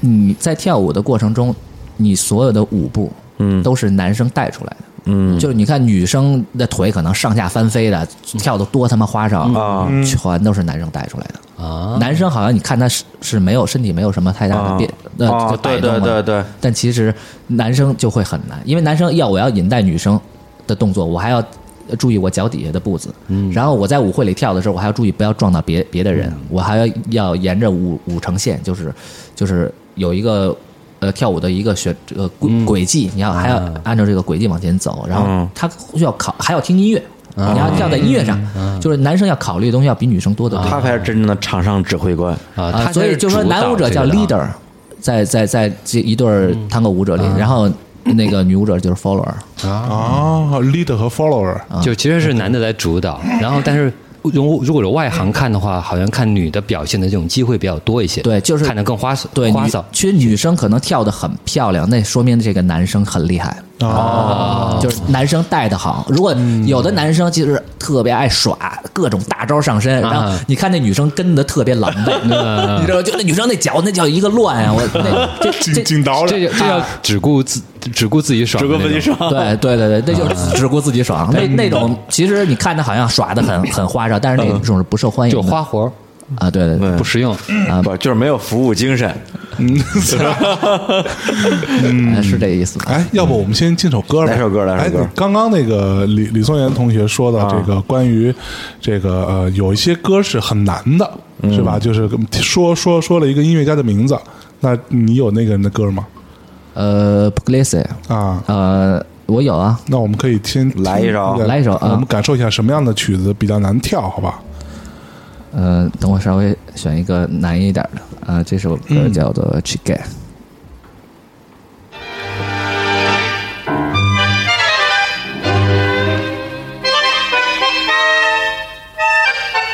你在跳舞的过程中，你所有的舞步，嗯，都是男生带出来的。嗯，就是你看女生的腿可能上下翻飞的，跳的多他妈花哨啊全都是男生带出来的。啊！男生好像你看他是是没有身体没有什么太大啊的变，呃，啊就摆对动对嘛对对，但其实男生就会很难，因为男生要我要引带女生的动作，我还要呃注意我脚底下的步子，嗯然后我在舞会里跳的时候，我还要注意不要撞到别别的人，我还要要沿着舞舞呈现，就是就是有一个。呃，跳舞的一个选呃轨轨迹，你要还要按照这个轨迹往前走，然后啊嗯啊他需要考，还要听音乐，你要跳在音乐上，就是男生要考虑的东西要比女生多得多。嗯他才是真正的场上指挥官。啊，啊，他所以就说男舞者啊叫 leader，在在在这一对儿嗯探戈舞者里，啊然后那个女舞者就是 follower，啊，leader 和 follower，啊就其实是男的来主导，嗯然后但是。如如果是外行看的话，好像看女的表现的这种机会比较多一些，对就是看得更花哨，对，花女哨。其实女生可能跳的很漂亮，那说明这个男生很厉害。啊哦，就是男生带的好，如果嗯有的男生其实特别爱耍各种大招上身，然啊后你看那女生跟的特别狼 嗯狈，你知道吗，就那女生那脚那叫一个乱啊！我 那这紧这紧倒着这，要这要只顾自只顾自己爽，指挥自己。上， 对对对对，那嗯就是只顾自己爽。那那种其实你看他好像耍的很很花哨，但是那种是不受欢迎就的。花活儿啊，对对对不实用，啊不就是没有服务精神。哎是这个意思吧。嗯哎，要不我们先进首歌吧？来首歌来首歌啊哎刚刚那个李李松岩同学说的这个关于这个呃，有一些歌是很难的，嗯是吧？就是说说说了一个音乐家的名字，那你有那个人的歌吗？呃 p u g l i s 啊，呃，我有啊，那我们可以先来一首听来一首啊我们感受一下什么样的曲子比较难跳，好吧？呃，等我稍微选一个难一点的，呃，这首歌嗯叫做《Chicken》。 Thank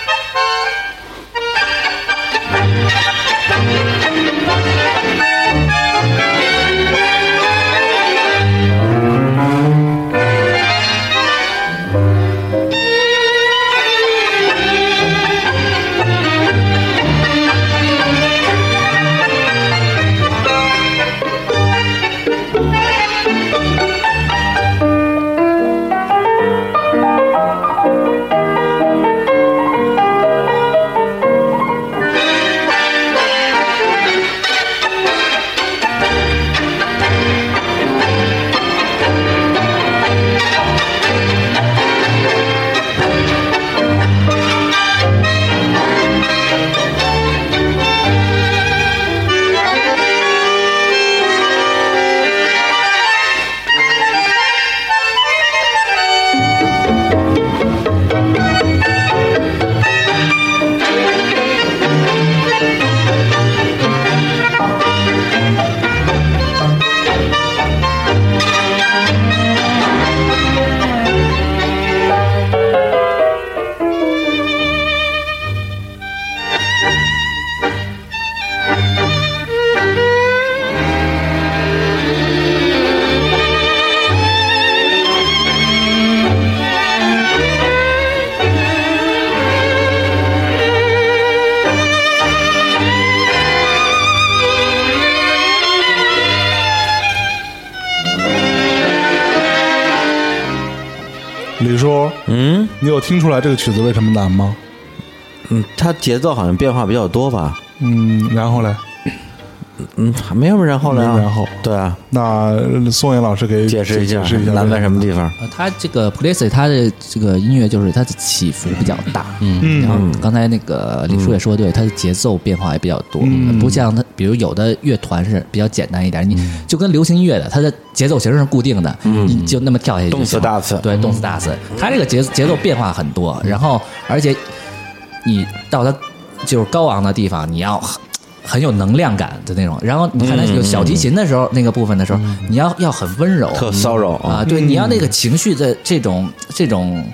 you. 你有听出来这个曲子为什么难吗？嗯，它节奏好像变化比较多吧？嗯，然后嘞，嗯，没有然后了呀、没有然后对啊，那呃宋岩老师给解释一下解释一下难在什么地方？呃，他这个 p l a c e 他的这个音乐就是它的起伏比较大，嗯，然后刚才那个李叔也说得对，它的节奏变化也比较多，嗯不像它，比如有的乐团是比较简单一点，你嗯就跟流行音乐的，它的节奏型是固定的，你就那么跳下去就动次行打次嗯对，动次打次，它这个节节奏变化很多，然后而且你到它就是高昂的地方，你要很很有能量感的那种。然后你看它嗯有小提琴的时候，那个部分的时候，你要要很温柔，特骚扰嗯啊，嗯对，你要那个情绪的这种这种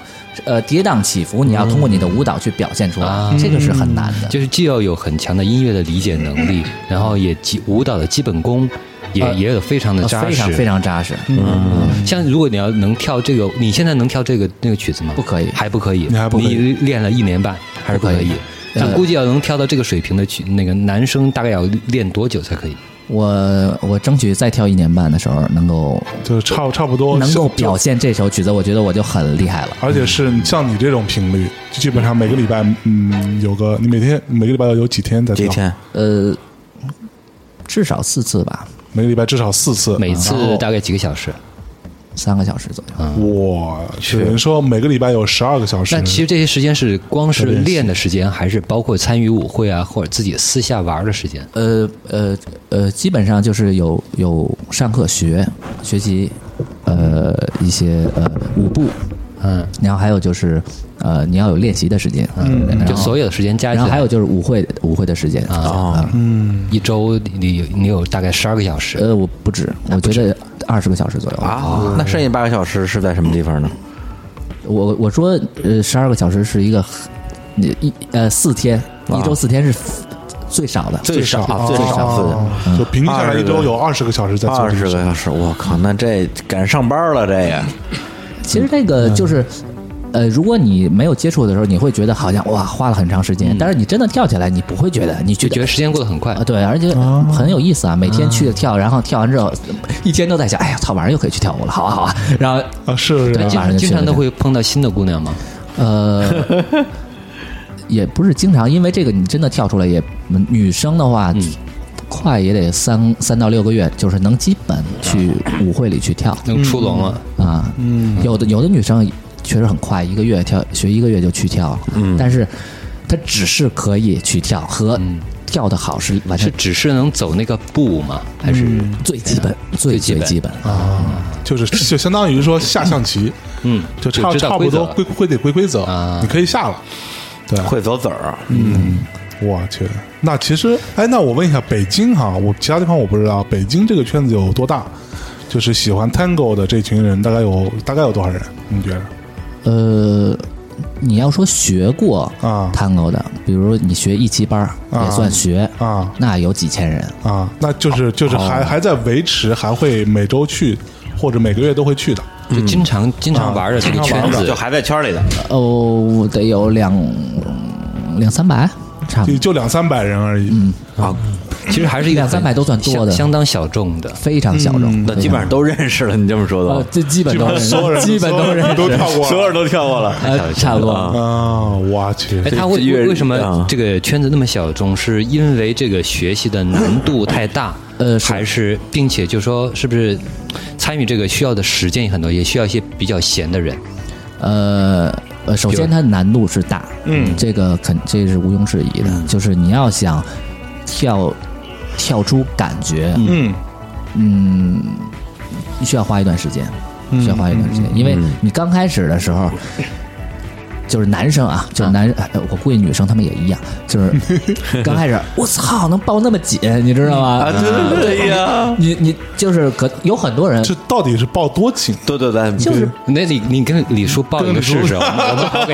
呃跌宕起伏，你要通过你的舞蹈去表现出来，啊这个是很难的。就是既要有很强的音乐的理解能力，然后也基舞蹈的基本功也、也有非常的呃扎非实，常非常扎实，嗯，像如果你要能跳这个，你现在能跳这个那个曲子吗？不可以还不可以，你还不可以练了一年半，还是不可以。不可以那呃估计要能跳到这个水平的曲，那个男生大概要练多久才可以？嗯我我争取再跳一年半的时候能够就是差差不多能够像表现这首曲子，我觉得我就很厉害了。而且是像你这种频率，基本上每个礼拜，嗯，有个你每天每个礼拜有几天在跳几天？呃，至少四次吧，每个礼拜至少四次，每次大概几个小时？三个小时左右。哇，有人说每个礼拜有十二个小时，那其实这些时间是光是练的时间，还是包括参与舞会啊，或者自己私下玩的时间？呃呃呃，基本上就是有有上课学学习，呃一些呃舞步，嗯，然后还有就是呃你要有练习的时间，嗯，然后就所有的时间加起然来，后还有就是舞会舞会的时间啊，嗯一周你有你有大概十二个小时，呃我不止，我觉得二十个小时左右。啊，那剩下八个小时是在什么地方呢？我我说呃十二个小时是一个你一呃四天，一周四天是最少的，最少的最少哦就平均下来一周有二十个小时在做二这十个个事。小时，我靠，那这赶上班了，这个其实这个就是，呃，如果你没有接触的时候，你会觉得好像哇花了很长时间，但是你真的跳起来，你不会觉得，你就就觉得时间过得很快啊，。对，而且很有意思啊！每天去跳，然后跳完之后，一天都在想，哎呀，操，晚上又可以去跳舞了，好啊，好啊。然后，啊，是是对是晚上经就经去常都了会碰到新的姑娘吗？呃，也不是经常，因为这个你真的跳出来也，女生的话，快也得三三到六个月，就是能基本去舞会里去跳能嗯出笼了？啊。嗯，有的有的女生确实很快，一个月跳学一个月就去跳了，嗯，但是她只是可以去跳和跳的好是完是全只是能走那个步吗？还是嗯最基本、最基最本基本啊。就是就相当于说下象棋，嗯，就差知道差不规则啊了多规规得规规则，你可以下了。对，会走子儿，啊我去，那其实，哎，那我问一下，北京哈，我其他地方我不知道，北京这个圈子有多大？就是喜欢 Tango 的这群人，大概有大概有多少人？你觉得？呃，你要说学过啊探戈的，比如你学一期班儿啊也算学啊，那有几千人。啊，那就是就是还、还在维持，还会每周去或者每个月都会去的。就经常经常玩的这个嗯啊经圈常玩的子就，还在圈里的。哦，得有两两三百，差不也多，就两三百人而已。嗯，其实还是一个两三很百都算多的相相当小众的。非常小众。嗯那基本上都认识了，你这么说的呃话，，这基本基都本上认识所有人基本所都有认人识都哦跳过所有了。人都跳过了。呃，差不多。啊，我去哎，，他为这越为为什么啊这个圈子那么小众？是因为这个学习的难度太大，呃是还是并且就说是不是参与这个需要的时间也很多，也需要一些比较闲的人。呃呃，首先它难度是大，嗯，这个肯这是毋庸置疑的，就是你要想跳跳出感觉，嗯嗯需要花一段时间，需要花一段时间，因为你刚开始的时候，就是男生啊，就是男，哎我估计女生他们也一样，就是刚开始，我操，能抱那么紧，你知道吗？对哎呀，你你就是可有很多人这到底是抱多紧？对对对，就是那你你跟李叔报一个试试，我们我们可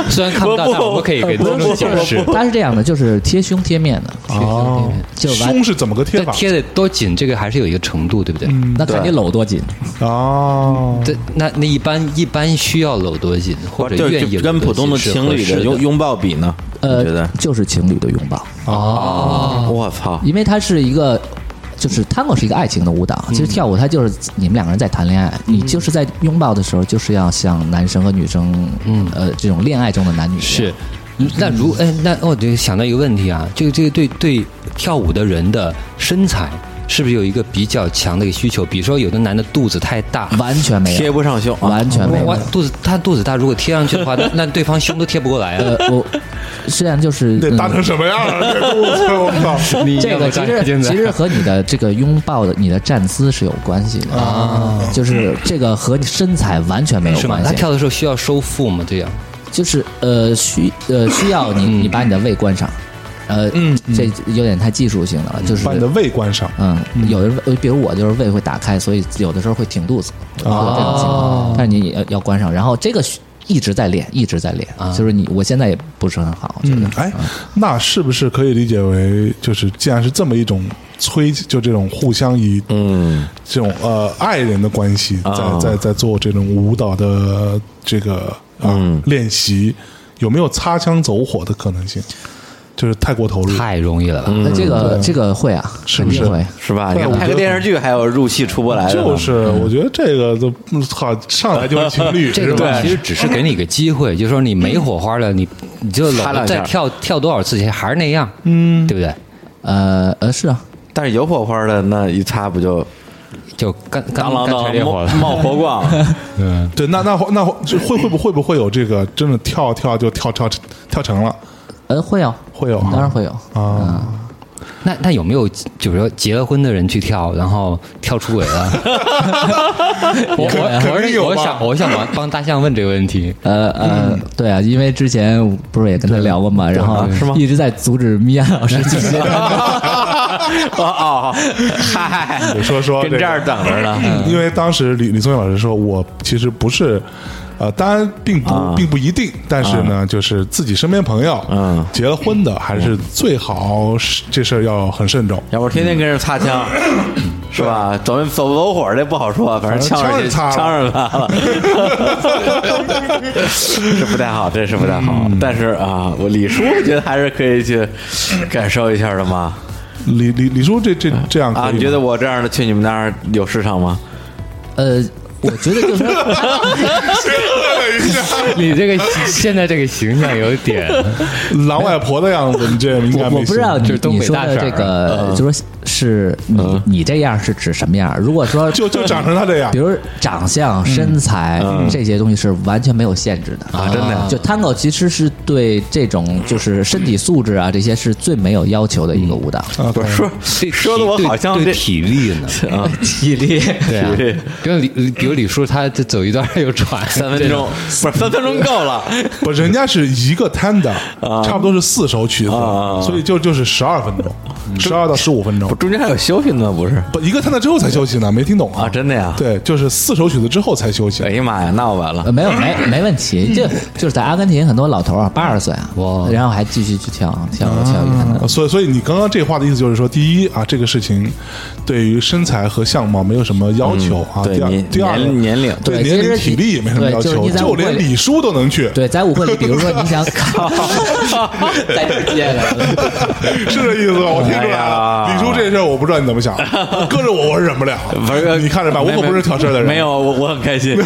以， 虽然看不到，不但我们可以给观众解释。他是这样的，就是贴胸贴面的，哦，就完胸是怎么个贴但法？贴的多紧，这个还是有一个程度，对不对？那看你搂多紧，哦，这那那一般一般需要搂多紧，或者就愿意就跟普通的的情侣的的拥拥抱比呢？你觉呃得，？就是情侣的拥抱，哦，我操！因为它是一个就是探戈是一个爱情的舞蹈，其实跳舞它就是你们两个人在谈恋爱，你就是在拥抱的时候就是要像男生和女生，嗯呃这种恋爱中的男女一样是。那如哎，那我就想到一个问题啊，这个这个对对跳舞的人的身材是不是有一个比较强的一个需求？比如说有的男的肚子太大，完全没有贴不上胸啊，完全没有哇。，肚子他肚子大，如果贴上去的话，那那对方胸都贴不过来啊。呃，我 虽然就是得大嗯成什么样啊？这肚子，呃我 操！这个其实其实和你的这个拥抱的你的站姿是有关系的啊，就是这个和你身材完全没有是吗？关他系，跳的时候需要收腹吗？这样就是呃需呃需要你嗯你把你的胃关上，呃，这有点太技术性的了，就是嗯把你的胃关上，嗯，有的呃比如我就是胃会打开，所以有的时候会挺肚子，会有这种情哦况，但是你要要关上，然后这个一直在练，一直在练，就是你我现在也不是很好，我觉得啊嗯，哎，那是不是可以理解为，就是既然是这么一种催，就这种互相以嗯，这种呃爱人的关系，在啊在在做这种舞蹈的这个啊练习，有没有擦枪走火的可能性？就是太过投入，太容易了吧？那这个这个会啊，嗯是肯不是定会。是吧？你对啊看我拍觉个得电视剧还有入戏出不来的呢，就是我觉得这个都嗯好上来就是情侣，这是个吧？其实只是给你一个机会，就是说你没火花了，你你就老擦两下再跳跳多少次还是那样，嗯，对不对？呃呃，是啊，但是有火花的那一擦不就就干干当啷干柴当烈火冒了。冒火光？ 对，那那那就会会不会不会有这个真的跳跳就跳跳跳成了？呃，会有，会有啊当然会有。啊，那那有没有就是说结了婚的人去跳，然后跳出轨了？ 我我肯定有我吧我想我想帮帮大象问这个问题。呃呃，嗯对啊，因为之前不是也跟他聊过嘛，然后啊是吗一直在阻止米娅老师进 行。哦哦，嗨，你说说跟这这个儿等着呢。因为当时李李松老师说，我其实不是，呃，当然并不、并不一定，但是呢，就是自己身边朋友，嗯结了婚的还是最好是这事儿要很慎重。要不天天跟人 擦枪，是吧？走走不走火这不好说，反正枪上去反正枪枪上擦 了，是不太好，这是不太好。嗯但是啊，我李叔我觉得还是可以去感受一下的嘛。李李李叔这这这样可以吗啊，你觉得我这样的去你们那儿有市场吗？呃，我觉得就是你这个现在这个形象有 点，狼外婆的样子，你这 应该我没我不知道戏你就是东你北说大的婶这儿嗯个，就说是你你这样是指什么样？如果说就就长成他这样比，如长相、身材嗯这些东西是完全没有限制的啊，真的。就 Tango 其实是对这种就是身体素质啊这些是最没有要求的一个舞蹈。啊，不对是说说的我好像对这对体力 呢，啊，体力，对啊体力，比如李比如李叔他这走一段又喘三分钟不是三分 钟够了。不，人家是一个 tanda，差不多是四首曲子啊啊，所以就就是十二分钟，十二到十五分钟我。中间还有休息呢，不是？不，一个 tanda 之后才休息呢，没听懂啊，真的呀！对，就是四首曲子之后才休息哎。呀妈呀，那我完了呃，。没有没没问题，就就是在阿根廷很多老头儿啊，八十岁啊哇，嗯然后还继续去跳跳跳远的。啊所以，所以你刚刚这话的意思就是说，第一啊，这个事情对于身材和相貌没有什么要求啊。对第二，年第二年年龄对对年龄、其实体力也没什么对要就是求，你在就舞会连里李叔都能去，对，在舞会里，比如说你想 在这儿接 了，是这意思吧？我听出来了。哎呀李叔这事儿我不知道你怎么想，搁着我我是忍不了。不是，呃你看着吧，我没可不是挑事儿的人。没有，我我很 开心，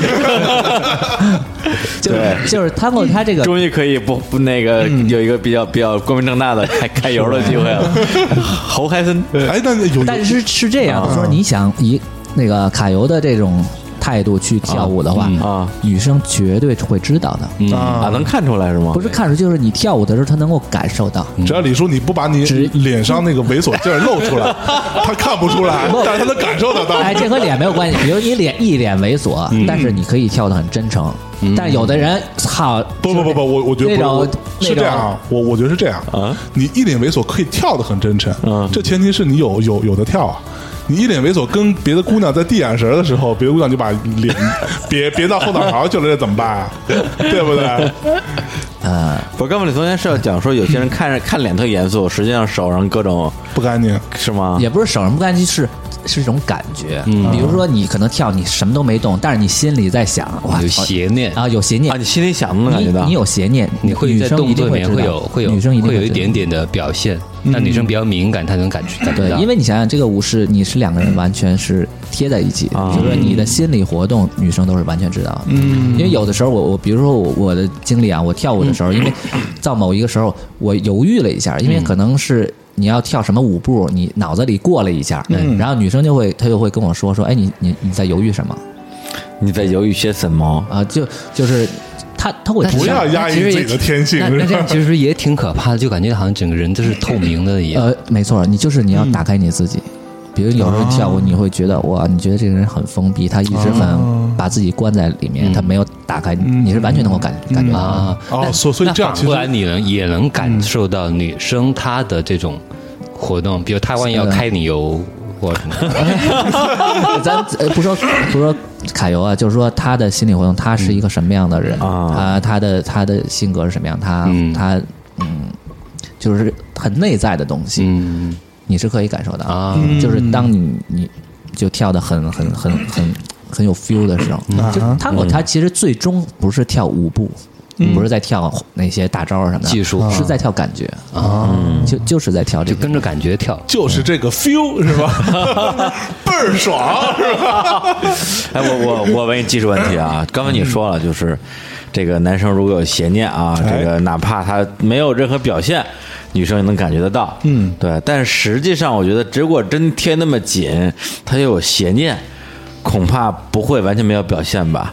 就是就是 Tango 它这个终于可以不不那个嗯有一个比较比较光明正大的开开油的机会了。侯开森，哎，那有有但是是这样，啊就是说你想以那个卡游的这种态度去跳舞的话嗯啊，女生绝对会知道的，嗯啊，能看出来是吗？不是看出就是你跳舞的时候她能够感受到。只要李叔你不把你只脸上那个猥琐劲儿露出 来，他看不出来，但是他能感受得到。哎，这和脸没有关系，比如你脸一脸猥琐，嗯但是你可以跳得很真诚。嗯但有的人操，不不不不，我我觉得那不种是是那这种样啊，我我觉得是这样啊，你一脸猥琐可以跳的很真诚，嗯这前提是你有有有的跳啊。你一脸猥琐，跟别的姑娘在递眼神儿的时候，别的姑娘就把脸别别到后脑勺去了，这怎么办啊？对不对？我刚才你昨天是要讲说，有些人看着看脸特严肃，实际上手上各种不干净，是吗？也不是手上不干净，是是一种感觉。嗯比如说你可能跳，你什么都没动，但是你心里在想，哇，有好邪念啊，有邪念啊，你心里想能感觉到你你有邪念，你会女在生动一定作里面知会道有会有女生一定会有一知道嗯点点的表现，但女生比较敏感，她能感觉感觉对到，，因为你想想，这个舞是你是两个人完全是贴在一起，啊就是说你的心理活动，女生都是完全知道的。嗯，因为有的时候我我比如说我我的经历啊，我跳舞的时候，因为到某一个时候我犹豫了一下，因为可能是。你要跳什么舞步？你脑子里过了一下，然后女生就会，她就会跟我说说，哎，你你你在犹豫什么？你在犹豫些什么？啊、就就是她她会那提不醒要我压抑其实自也己的天性那那这样其实也挺可怕的，就感觉好像整个人都是透明的一样。呃，没错，你就是你要打开你自己。比如有时候跳舞，你会觉得哇，你觉得这个人很封闭，他一直很把自己关在里面，他没有打开，你是完全能够感感觉到的。啊，哦那所所以那这样反其实嗯过来你能也能感受到女生她的这种活动，比如她万一要是的开你油或什么的，咱呃不说不说卡游啊，就是说他的心理活动，他是一个什么样的人啊他他的他的性格是什么样？他嗯他嗯，就是很内在的东西，嗯你是可以感受到啊，就是当你你就跳的很很很很很有 feel 的时候，嗯就他我他其实最终不是跳舞步，不是在跳那些大招儿什么的技术是在跳感觉啊，就就是在跳这就个跟着感觉跳。就是这个 feel 是吧？倍儿爽是吧？哎，我我我问你技术问题 啊，刚才你说了，就是这个男生如果有邪念啊，哎这个哪怕他没有任何表现，女生也能感觉得到。嗯，对。但实际上，我觉得如果真贴那么紧，他又有邪念，恐怕不会完全没有表现吧。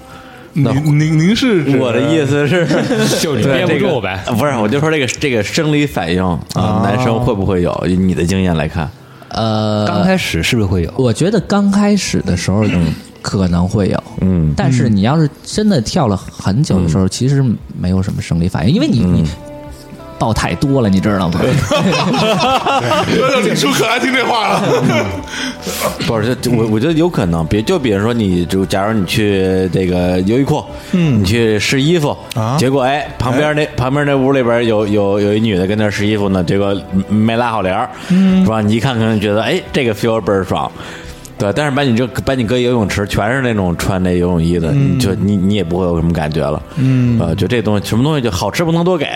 那您您您是指我的意思是， 就憋对不这个住呗呃不是，我就说这个这个生理反应啊，男生会不会有？以你的经验来看，呃， 刚开始是不是会有？我觉得刚开始的时候嗯可能会有，嗯，但是你要是真的跳了很嗯久的时候，其实没有什么生理反应，因为你你爆太多了，你知道吗？不要 让李叔可爱听这话了。不是，就我我觉得有可能，比就比如说你，就假如你去这个优衣库，嗯，你去试衣服，啊结果哎，旁边那旁边那屋里边有有有一女的跟那儿试衣服呢，结果没没拉好帘儿，嗯，是吧？你一看可能觉得哎，这个 feel 倍儿爽。对，但是把你这把你搁游泳池，全是那种穿那游泳衣的，你就你你也不会有什么感觉了。嗯，啊呃，就这东西，什么东西就好吃不能多给，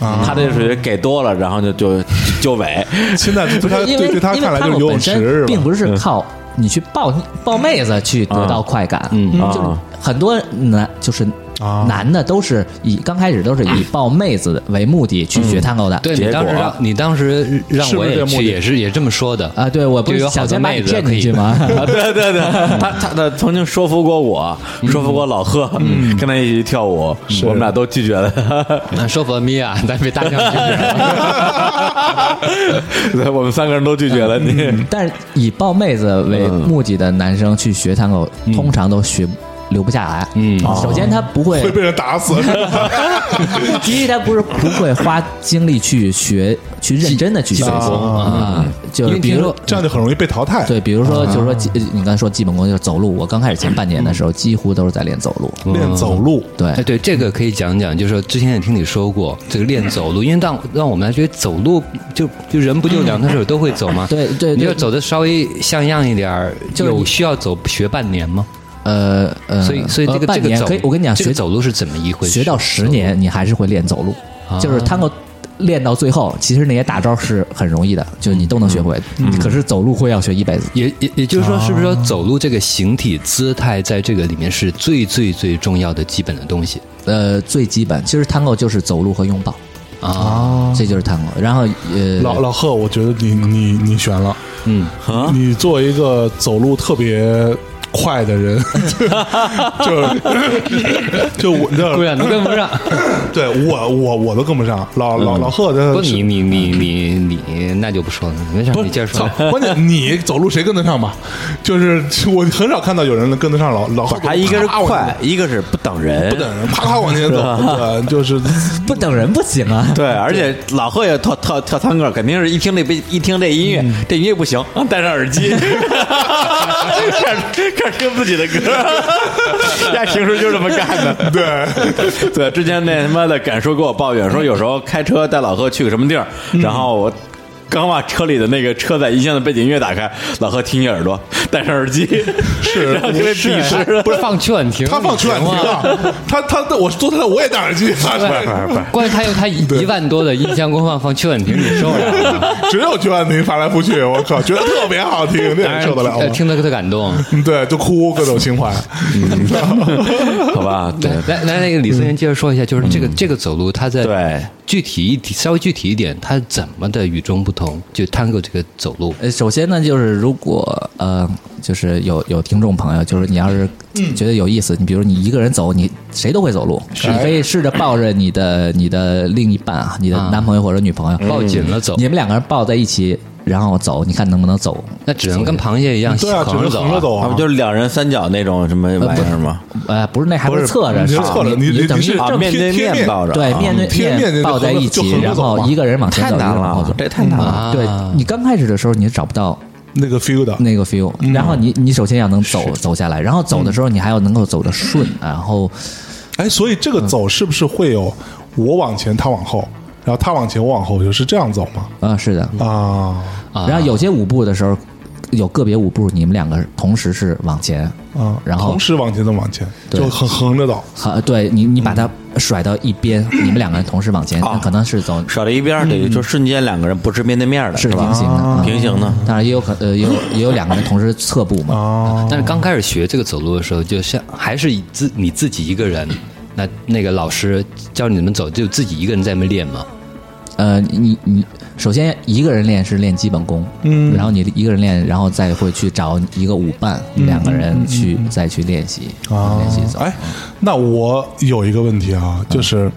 他这属于给多了，然后就就就就尾。 现在对他因对为对他因为看来就是们游泳本池身是吧？嗯并不是靠你去抱抱妹子去得到快感，嗯啊就是很多男就是啊男的都是以刚开始都是以 抱妹子为目的去嗯学探戈的， 对结你果当时让你当时让是不我是这也目的去，也是也这么说的啊，对我不就是有想好多先把妹你子骗可进去以吗？啊， 对 对对，他他他曾经说服过我，嗯说服过老贺，跟他一起去跳舞，我们俩都拒 绝了他。啊，说佛咪啊，但被大象拒绝了。对，我们三个人都拒绝了你。嗯但是以抱妹子为目的的男生去学探戈，嗯通常都学留不下来。嗯，首先他不会会被人打死， 第一，他不是不会花精力去学，去认真的去学习啊，就因是为比听如说说。这样就很容易被淘汰。对，比如说，啊就是说基，呃你刚才说基本功就是走路。我刚开始前半年的时候，几乎都是在练走路。练走路，对哎，，对，这个可以讲讲，就是说之前也听你说过这个练走路，因为让让我们来觉得走路就就人不就两条腿都会走吗？对对对你要走的稍微像样一点儿，就是你有需要走学半年吗？呃呃，所以所以这个这呃半个年走，可以，我跟你讲，这个学走路是怎么一回事？学到十年，啊你还是会练走路，就是他能练到最后，其实那些大招是很容易的，就是你都能学会。可是走路会要学一辈子。也也也就是说，是不是哦说走路这个形体姿态在这个里面是最最最重要的基本的东西呃，最基本其实探戈就是走路和拥抱，啊？这就是探戈。然后呃，老老贺，我觉得你你你悬了。啊嗯，你作为一个走路特别快的人， 就是就我不啊这，然能跟不上。对我我我都跟不上。老老老贺不，这你你你你你那就不说了，没事，不你接着操说。关键你走路谁跟得上吧？就是我很少看到有人能跟得上老老贺。他一个是啪往前快，一个是不等人，走，不等人，啪啪往前走，对，就是不等人不行啊。 对，而且老贺也跳跳跳探戈，肯定是一听这一听这音乐，这音乐不行，嗯啊戴上耳 机，开始开始听自己的 歌，呀，平时就这么干的。对对，嗯之前那他妈的敢说给我抱怨说，有时候开车带老贺去个什么地儿，然后我。刚把车里的那个车载音箱的背景音乐打开，老何听一耳朵，戴上耳机， 是然后就被鄙视了。 不是放曲婉婷，他放曲婉婷啊。了，他他我坐在那我也戴耳机，他是 关键他用他一一万多的音箱功放放曲婉婷，你受得了吗？ 只有曲婉婷翻来覆去，我靠，觉得特别好听，那也受得了呃吗？听得特感动。嗯对，就哭各种情怀，嗯好吧，对来来，来那个李思源接着说一下，就是这个这个走路，他在对具体一点，稍微具体一点，他怎么的与众不同？就探戈这个走路， 呃，首先呢，就是如果呃，就是有有听众朋友，就是你要是觉得有意思，你比如你一个人走，你谁都会走路，你可以试着抱着你的你的另一半啊，你嗯的啊男朋友或者女朋友，抱紧了走你，们两个人抱在一起，然后走，你看能不能走？那只能跟螃蟹一样 对啊，只横能横着走走啊。啊啊，不。就是两人三角那种什么玩意儿吗？呃，不是那还不不是是侧着，你是是侧着你你等于你是啊，正面对贴面面抱着，对啊面对贴面就抱在一横起，着就横着然走后嘛一个人往前呃太走，一个难人往后了走，。这太难了。啊对你刚开始的时候，你找不到那个 feel 的，那个 feel，然后你你首先要能走走下来，然后走的时候你还要能够走得顺，嗯然后哎，所以这个走是不是会有我往前，他往后，然后他往前，我往后，就是这样走吗？啊是的，啊啊然后有些舞步的时候，有个别舞步你们两个同时是往前，啊，然后同时往前，再往前，对就横横着走。好，对你你把它甩到一边，你们两个人同时往啊前，那可能是走甩到一边儿，等于就瞬间两个人不是面对面的，嗯是吧平？行的，啊平行的，当然也有可呃也有也有两个人同时侧步嘛，哦，但是刚开始学这个走路的时候，就像还是以自你自己一个人，那那个老师教你们走，就自己一个人在那边练嘛。呃，你你首先一个人练是练基本功，嗯，然后你一个人练，然后再会去找一个舞伴，两个人去再去练习，啊练习走。哎，那我有一个问题啊，就是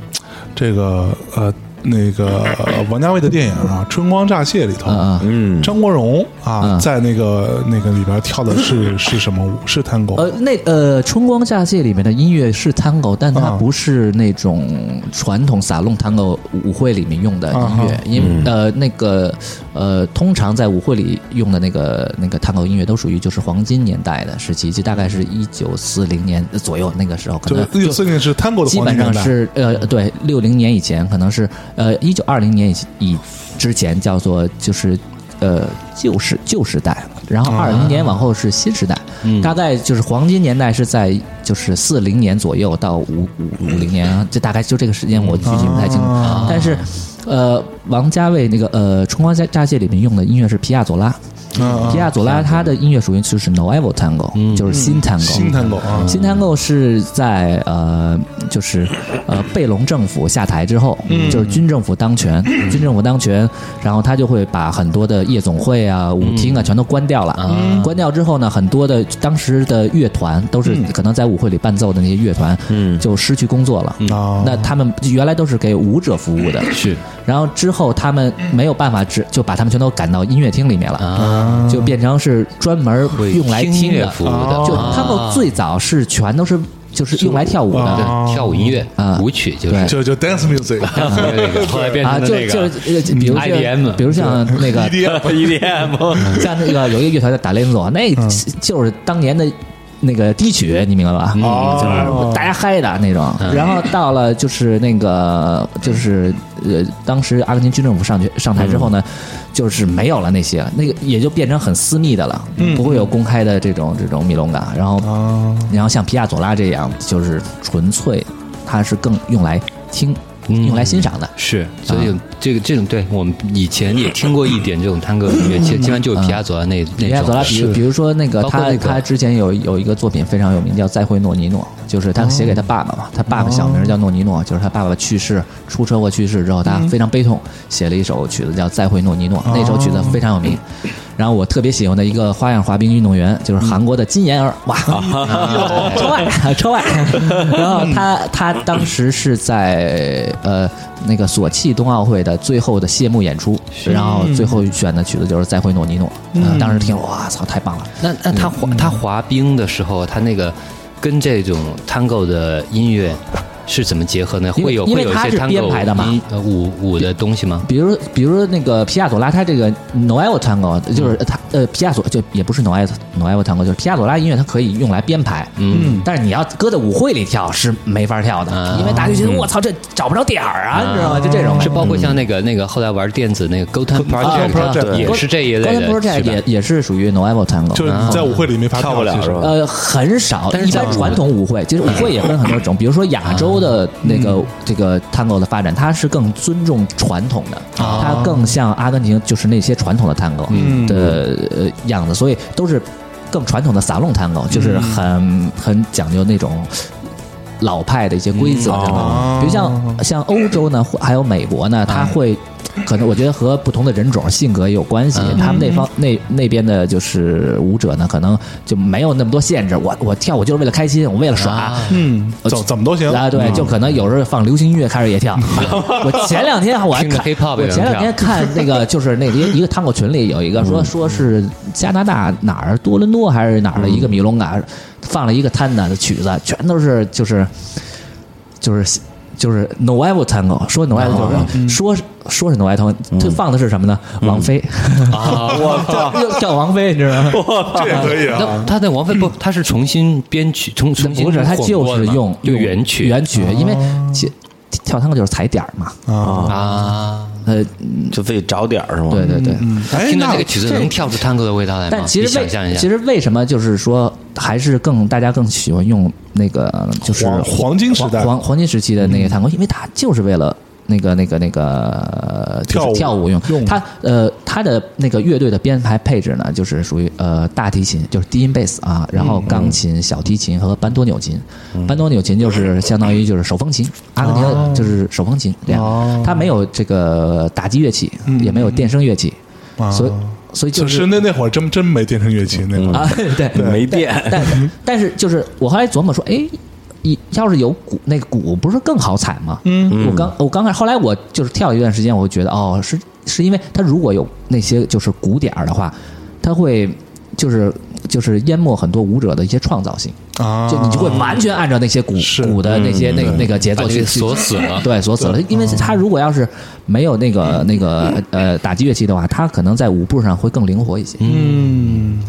这个呃，那个呃王家卫的电影啊，《春光乍泄》里头，嗯嗯，张国荣啊，在那个那个里边跳的 是是什么舞？是探戈呃，那呃，《春光乍泄》里面的音乐是 tango，但它不是那种传统撒弄 tango 舞会里面用的音乐，因为、呃，那个呃，通常在舞会里用的那个那个 tango 音乐都属于就是黄金年代的时期，就大概是一九四零年左右那个时候，可就能是六四年是探戈的呃基黄本金上年代，是呃对六零年以前，可能是呃一九二零年以以之前叫做就是呃旧时旧时代，然啊后二零年往后是新时代，嗯大概就是黄金年代是在就是四零年左右到五五五零年啊，这大概就这个时间我具体不太清楚，啊但是呃王家卫那个呃《春光乍乍泄》里面用的音乐是皮亚佐拉。嗯皮亚佐拉他的音乐属于就是 Nuevo Tango，、就是新探戈。嗯嗯新探戈啊，新探戈是在呃，就是呃，贝隆政府下台之后，嗯就是军政府当权，军政府当权，然后他就会把很多的夜总会啊、舞厅嗯啊全都关掉了。啊关掉之后呢，很多的当时的乐团都嗯是可能在舞会里伴奏的那些乐团，嗯就失去工作了。啊，那他们原来都是给舞者服务的，嗯哦是然后之后他们没有办法，只就把他们全都赶到音乐厅里面了，就变成是专门用来啊听听乐的。哦服务的，就啊 tango 最早是全都是就是用来跳舞啊的。对跳舞音乐啊舞曲就是对就就 dance music 那 个后来变啊，成了就那就个是呃比如像 IDM 比如像那个 EDM 像那个有一个乐团叫达连佐，那嗯就是当年的那个低曲，你明白吧？嗯哦，大家嗨的那种。然后到了就是那个就是呃，当时阿根廷军政府上去上台之后呢，就是没有了那些，那个也就变成很私密的了，不会有公开的这种这种米龙感。然后啊，然后像皮亚佐拉这样，就是纯粹，它是更用来听、用来欣赏的。是，所以啊这个这种对我们以前也听过一点这种探戈音乐， 其基本上就是皮亚佐拉那那皮亚佐拉，种，比如比如说那个包括他那个他之前有有一个作品非常有名，叫《再会诺尼诺》，就是他写给哦他爸爸嘛，他爸爸小名叫诺尼诺，就是他爸爸去世出车祸去世之后，他嗯非常悲痛，写了一首曲子叫《再会诺尼诺》，那首曲哦子非常有名。然后我特别喜欢的一个花样滑冰运动员就是韩国的金妍儿，哇， 车外啊车外。 然后他他当时是在呃那个索契冬奥会的最后的谢幕演出，然后最后选的曲子就是《再会诺尼诺》，嗯当时听哇操太棒了。那那嗯他滑他滑冰的时候，他那个跟这种 tango 的音乐是怎么结合呢？因为会有因会为有一它些是探编戈排的嘛音呃舞舞的东西吗？比如，比如那个皮亚佐拉，他这个 Noel Tango 就是他呃，皮亚佐就也不是 Noel Noel Tango，就是皮亚佐拉音乐，它可以用来编排。嗯，但是你要搁在舞会里跳是没法跳的，因为大家就觉得我操，这找不着点儿啊，你知道吗？就这种是包括像那个那个后来玩电子那个 Gotan Gotan Project 也是这一类刚才的，不是是吧也也是属啊于 Noel Tango，就是你在舞会里没法跳不了其实是吧呃，很少。但是一般在传统舞会，其实舞会也分很多种，比如说亚洲的那嗯个这个 tango 的发展，它是更尊重传统的，啊它更像阿根廷就是那些传统的 tango 嗯的呃样子，所以都是更传统的撒弄 tango，就是嗯很很讲究那种。老派的一些规则嗯等哦哎等，比如像像欧洲呢，或还有美国呢，它会可能我觉得和不同的人种性格也有关系。嗯他们那方那那边的就是舞者呢，可能就没有那么多限制。我我跳我就是为了开心，我为了耍。嗯，怎怎么都行嗯啊，嗯对，就可能有时候放流行音乐开始也 跳。我前两天我还听着看 hiphop 我也能前两跳天看那个就是那一一个探戈群里有一个嗯说说是加拿大哪儿多伦多还是哪儿的一个米龙嗯嘎，放了一个摊子的曲子，全都是就是就是。就是 Noel Tango，说 Noel 哦嗯就是说说是 Noel Tango，这放的是什么呢？王菲，啊，我 操，叫王菲，你知道吗？ 这也可以啊。那他的王菲 不，他是重新编曲，重重新不是，他混就过的是吗用就用原曲哦原曲，因为其跳探戈就是踩点儿嘛。啊，啊。呃，就自己找点儿是吗？对对对。哎，听到那这个曲子能跳出探戈的味道来吗？但其你实为想象一下，其实为什么就是说还是更大家更喜欢用那个就是黄黄金时代嗯黄黄金时期的那个探戈，因为它就是为了。那个、那个、那个，就跳舞是跳舞用用它呃，它的那个乐队的编排配置呢，就是属于呃大提琴，就是低音贝斯啊，然嗯后钢琴、小提琴和班多纽琴。班多纽琴就是相当于就是手风琴，阿根廷哦的就是手风琴这样，它没有这个打击乐器，也没有电声乐器，啊所以所以嗯就就是是那那会儿真真没电声乐器那会儿，啊，对，没电，但但是就是我后来琢磨说，哎，一要是有鼓，那个鼓不是更好踩吗？嗯，我刚我刚开始，后来我就是跳一段时间，我觉得哦，是是因为它如果有那些就是鼓点儿的话，它会就是就是淹没很多舞者的一些创造性，啊，就你就会完全按照那些鼓是鼓的那些那个那个节奏把这去个锁死了嗯 对，嗯锁死了。因为它如果要是没有那个那个呃打击乐器的话，它可能在舞步上会更灵活一些。嗯，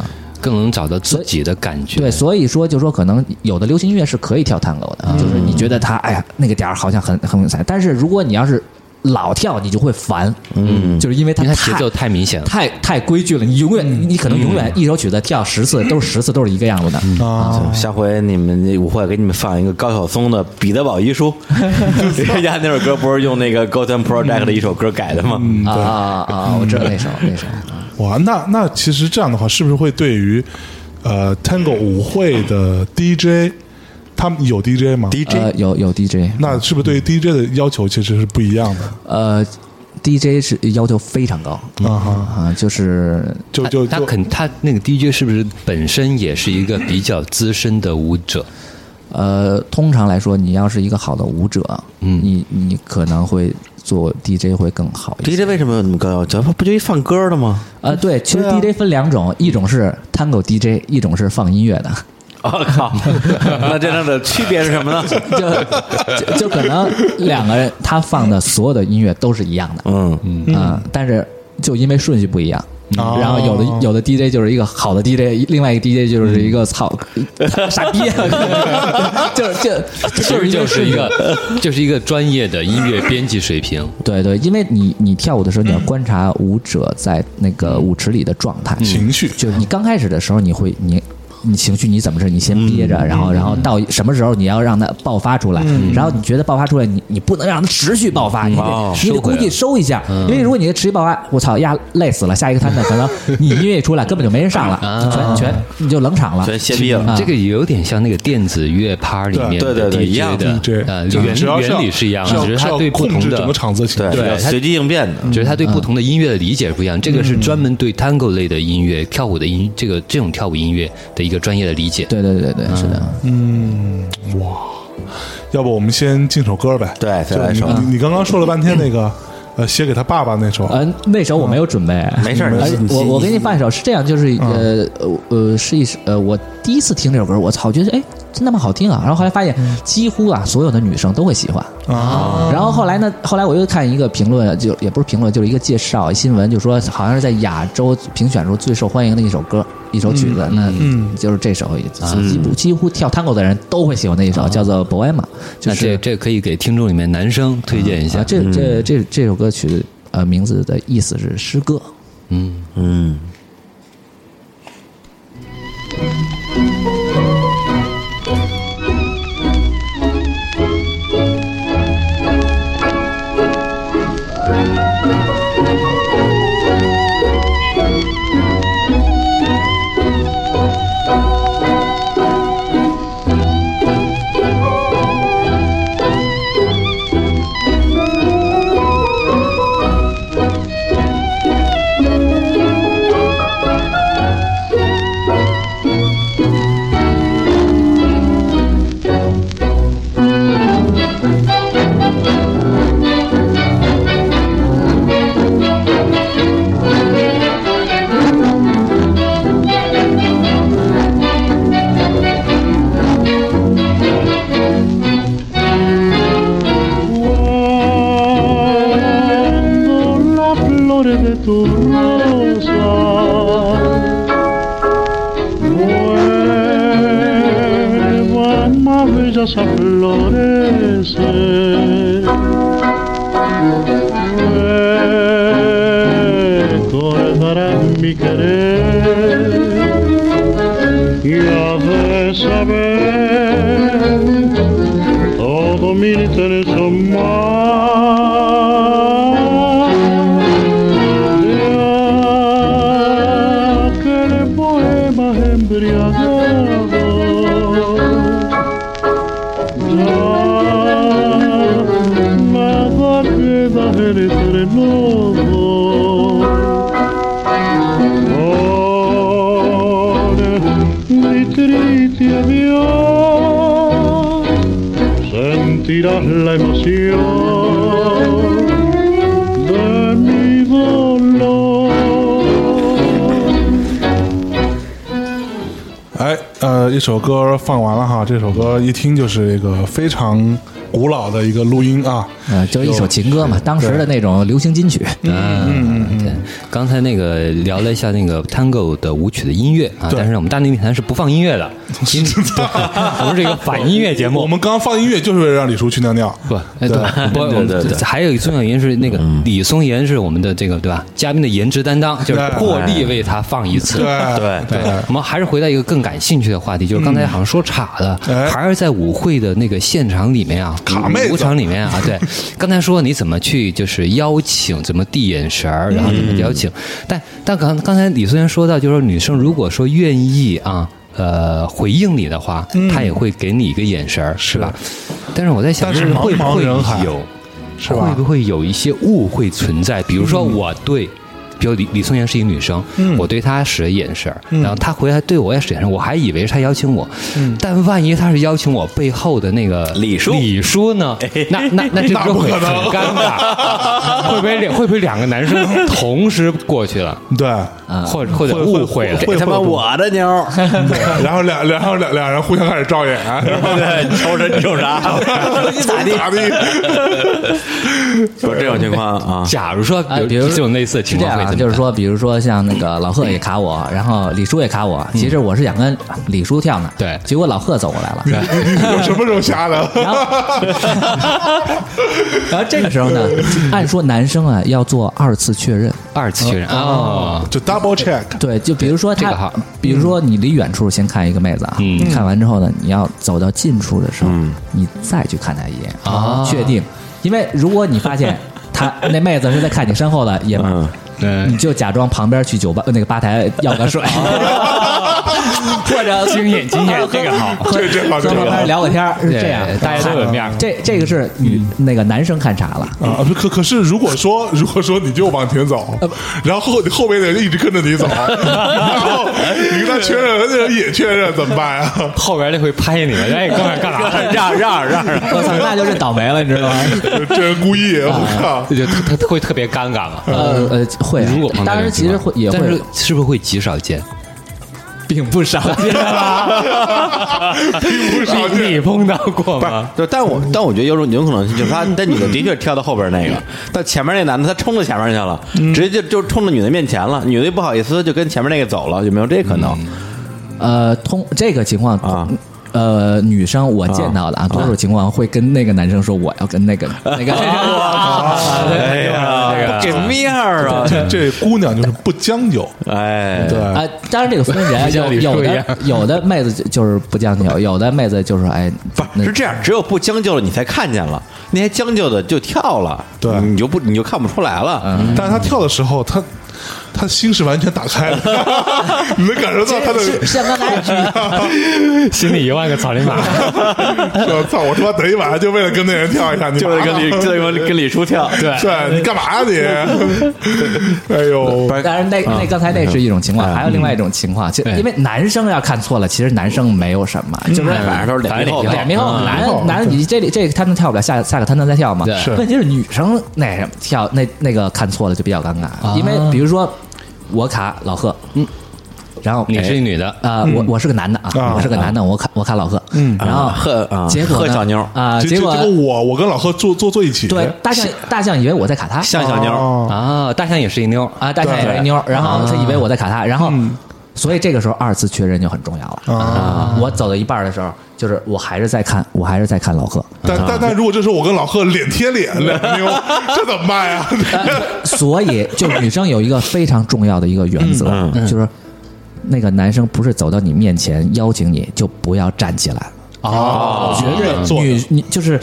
更能找到自己的感觉。对，所以说就说可能有的流行音乐是可以跳探戈的，就是你觉得它哎呀那个点儿好像很很有才，但是如果你要是老跳，你就会烦，嗯，就是因为它因为它太节奏太明显了太太规矩了，你永远你可能永远一首曲子跳十次都是十次都是一个样子的，啊， 下回你们那舞会给你们放一个高晓松的《彼得堡遗书》， 人家那首歌不是用那个 Gotham Project 的一首歌改的吗？啊啊啊！我知道那首那首，哇，那那其实这样的话，是不是会对于呃 Tango 舞会的 DJ，他们有 DJ 吗？DJ 呃，有有 DJ，那是不嗯是对于 DJ 的要求其实是不一样的呃，DJ 是要求非常高啊？哈，啊，就是就就他就肯他那个 DJ 是不是本身也是一个比较资深的舞 者？呃，通常来说，你要是一个好的舞者，嗯，你你可能会做 DJ 会更好一些。 DJ 为什么有那么高要求？他不就一放歌的 吗？呃，对，其实对啊 DJ 分两种，一种是 Tango DJ，一种是放音乐的。 我、哦靠， 那这两者区别是什么呢？ 就就就可能两个人他放的所有的音乐都是一样的， 嗯，嗯、但是就因为顺序不一样。哦然后有的有的 DJ 就是一个好的 DJ，另外一个 DJ 就是一个操 傻逼，啊 就是就其就实因就是一个 为顺序就是一个专业的音乐编辑水平。对对，因为你你跳舞的时候，你要观察舞者在那个舞池里的状态、嗯情绪就是你刚开始的时候，你会你你情绪你怎么是？你先嗯憋着，然后然后到什么时候你要让它爆发出来？嗯然后你觉得爆发出来，你你不能让它持续爆发，你得、哦你得收回估计来收一下，嗯因为如果你持续爆发，我操呀，累死了，下一个摊子可能 你音乐一出来根本就没人上了，啊全全你就冷场了。全歇逼了。啊这个有点像那个电子乐趴里面对对的对一 DJ 样的， DJ，呃，啊就是原只要原理是一样的，要只是要他对不控同制整个的，场子的情对，绪。要随机应变的。只是他对不同的音乐的理解不一样。这个是专门对 tango 类的音乐、跳舞的音，这个这种跳舞音乐的一个专业的理解。对对对对，是的。要不我们先进首歌呗？对再就来一你首你你刚刚说了半天那个呃，写给他爸爸那首，哎嗯，那首我没有准备，啊没事儿哎你我你嗯我给你放一首，是这样，就是呃呃呃，是一首呃，我第一次听这首歌，我操，我觉得哎，真他妈好听啊！然后后来发现，几乎啊所有的女生都会喜欢。啊，然后后来呢？后来我又看一个评论，就也不是评论，就是一个介绍新闻，就说好像是在亚洲评选出最受欢迎的一首歌，一首曲子，那嗯就是这首，也嗯几乎几乎跳探戈的人都会喜欢的一首，叫做《Boema》，就那这是这可以给听众里面男生推荐一下啊，。这嗯这这这首歌曲呃名字的意思是诗歌，嗯，嗯， cuando la flor de tu rosa vuelvan más bellas a florecer. Recordarás mi querer y has de saber todo mi interés más de aquel poema embriagado ya nada queda entre nosotros con mi triste adiós sentirás la emoción de mi dolor. 哎，呃，一首歌放完了哈，这首歌一听就是一个非常古老的一个录音啊，呃，就是一首情歌嘛，当时的那种流行金曲。嗯对，刚才那个聊了一下那个 Tango 的舞曲的音乐啊，对但是我们大内密谈是不放音乐的，因我们是一个反音乐节目我。们刚放音乐就是为了让李叔去尿尿，不，哎，对，不，我们还有一个宋小岩是那个李松岩是我们的这个对吧？嘉宾的颜值担当，就是对破例为他放一次。对嗯对，我们还是回到一个更感兴趣的话题，就是刚才好像说岔了，哎还是在舞会的那个现场里面啊，卡妹子舞场里面 啊，对，刚才说你怎么去就是邀请，怎么递眼神儿，然后怎么邀嗯请，但但刚刚才李素妍说到，就是说女生如果说愿意啊。呃，回应你的话，她也会给你一个眼神儿，是吧？但是我在想，嗯但是就是会茫茫不会人海有是吧会不会有一些误会存在？比如说嗯我对，比如李李松岩是一女生，我对她使了眼神儿，嗯然后她回来对我也使眼神儿，我还以为是她邀请我，但万一她是邀请我背后的那个李叔李叔 呢？那那那这那就不会可很能尴 尬，会不会两会不会两个男生同时过去了，对，啊或者或者会误会了？会哎他妈会我的妞儿，对然后两然后两两人互相开始照眼，啊对，瞅着你瞅啥？咋地？咋地？说这种情况啊，假如说哎有比如这种类似的是情这况样会啊，怎么就是办说，比如说像那个老贺也卡 我，然后李叔也卡我，其实我是想跟李叔跳呢，对结果老贺走过来了，有什么时候瞎的？然后， 然后这个时 候呢，按说男生啊要做二次确认，二次确认啊，就 double check，对，就比如说这他，个好比如说你离远处先看一个妹子啊，嗯看完之后呢，你要走到近处的时候，你再去看她一眼，然后确定，因为如果你发现 她那妹子是在看你身后的，也。嗯你就假装旁边去酒吧呃那个吧台要个 水， 或者经验经 验这个好这这好这跟旁好边聊个天儿是这样对，大家都有面儿这这个是女那个男生看傻了，啊！不可可是，如果说如果说你就往前走，呃然后后后面的人一直跟着你走，然后你跟他确认，那人也确认，怎么办啊？后边就会拍你了，哎，哥们儿干啥？ 让让让让， 我操，那就是倒霉了，你知道吗？这人故意，啊我靠！就他他会特别尴尬嘛。呃呃，会啊如果，当然其实会也但会是是不是会极少见？并不少见吧？并不少 见，你碰到过吗？就但我但我觉得有种有可能性，就是他那女的的确跳到后边那个，但前面那男的他冲到前面去了，直接就就冲着女的面前了，女的不好意思就跟前面那个走了，有没有这可能？呃，通这个情况啊。呃，女生我见到的啊，多数情况会跟那个男生说我要跟 那个那个，啊哎呀，不给面儿啊！这这姑娘就是不将就，哎，对，啊，当然这个分人，啊 像有李叔有一样的有的妹子就就是不将就，有的妹子就是哎，不是是这样，只有不将就的你才看见了，那些将就的就跳了，对嗯你就不你就看不出来了。但是她跳的时候，她她心是完全打开的，你能感受 到她的是像刚才心里一万个草泥马。 说操，我他妈等一晚上就为了跟那人跳一下，你就是跟 李麻就烦是跟李叔跳，对对你干嘛呀你？ 哎呦，当然那啊那刚才那是一种情况，还有另外一种情况，嗯其实因为男生要看错了，其实男生没有什么，就是反正都是脸皮厚的嗯脸皮厚，男嗯男的你这里这个他能跳不了，下下个他能再跳吗？是问题是女生那什么跳那那个看错了就比较尴尬，因为比如说我卡老贺，嗯，然后你是一女的，啊，我我是个男的啊啊，我是个男的，我卡我卡老贺，嗯，然后啊贺啊结果贺呢小妞啊，这结这果这个我我跟老贺坐坐坐一起，对大象大象以为我在卡他，像小妞儿，哦啊，大象也是一妞啊，大象也为妞儿，然后他以为我在卡他，然后、所以这个时候二次确认就很重要了。啊，我走到一半儿的时候，就是我还是在看，我还是在看老贺，但但但如果这时候我跟老贺脸贴脸两妞， 这怎么办呀？所以就是女生有一个非常重要的一个原则，就是那个男生不是走到你面前邀请你，就不要站起来。哦，绝对做的女你就是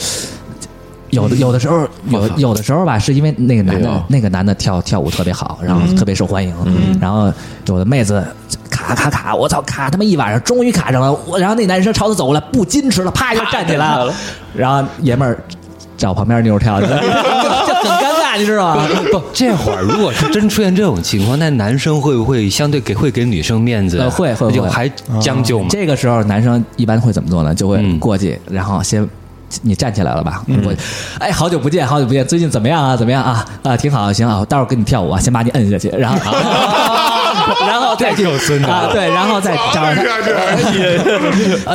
有的有的时候有有的时候吧，是因为那个男的、那个男的跳跳舞特别好，然后特别受欢迎，然后有的妹子卡卡卡，我操卡他妈一晚上，终于卡上了，我然后那男生朝他走过来，不矜持了，啪就站起来了，然后爷们儿找旁边妞儿跳去，就就很尴尬，你知道吗？不，哦这会儿如果是真出现这种情况，那男生会不会相对给会给女生面子？呃会会那就会啊还将就嘛？这个时候，男生一般会怎么做呢？就会嗯过去，然后先。你站起来了吧？嗯我，哎，好久不见，好久不见，最近怎么样啊？怎么样啊？啊，挺好，行啊，我待会儿跟你跳舞啊，先把你摁下去，然后， 然后再去啊，对，然后再找 他，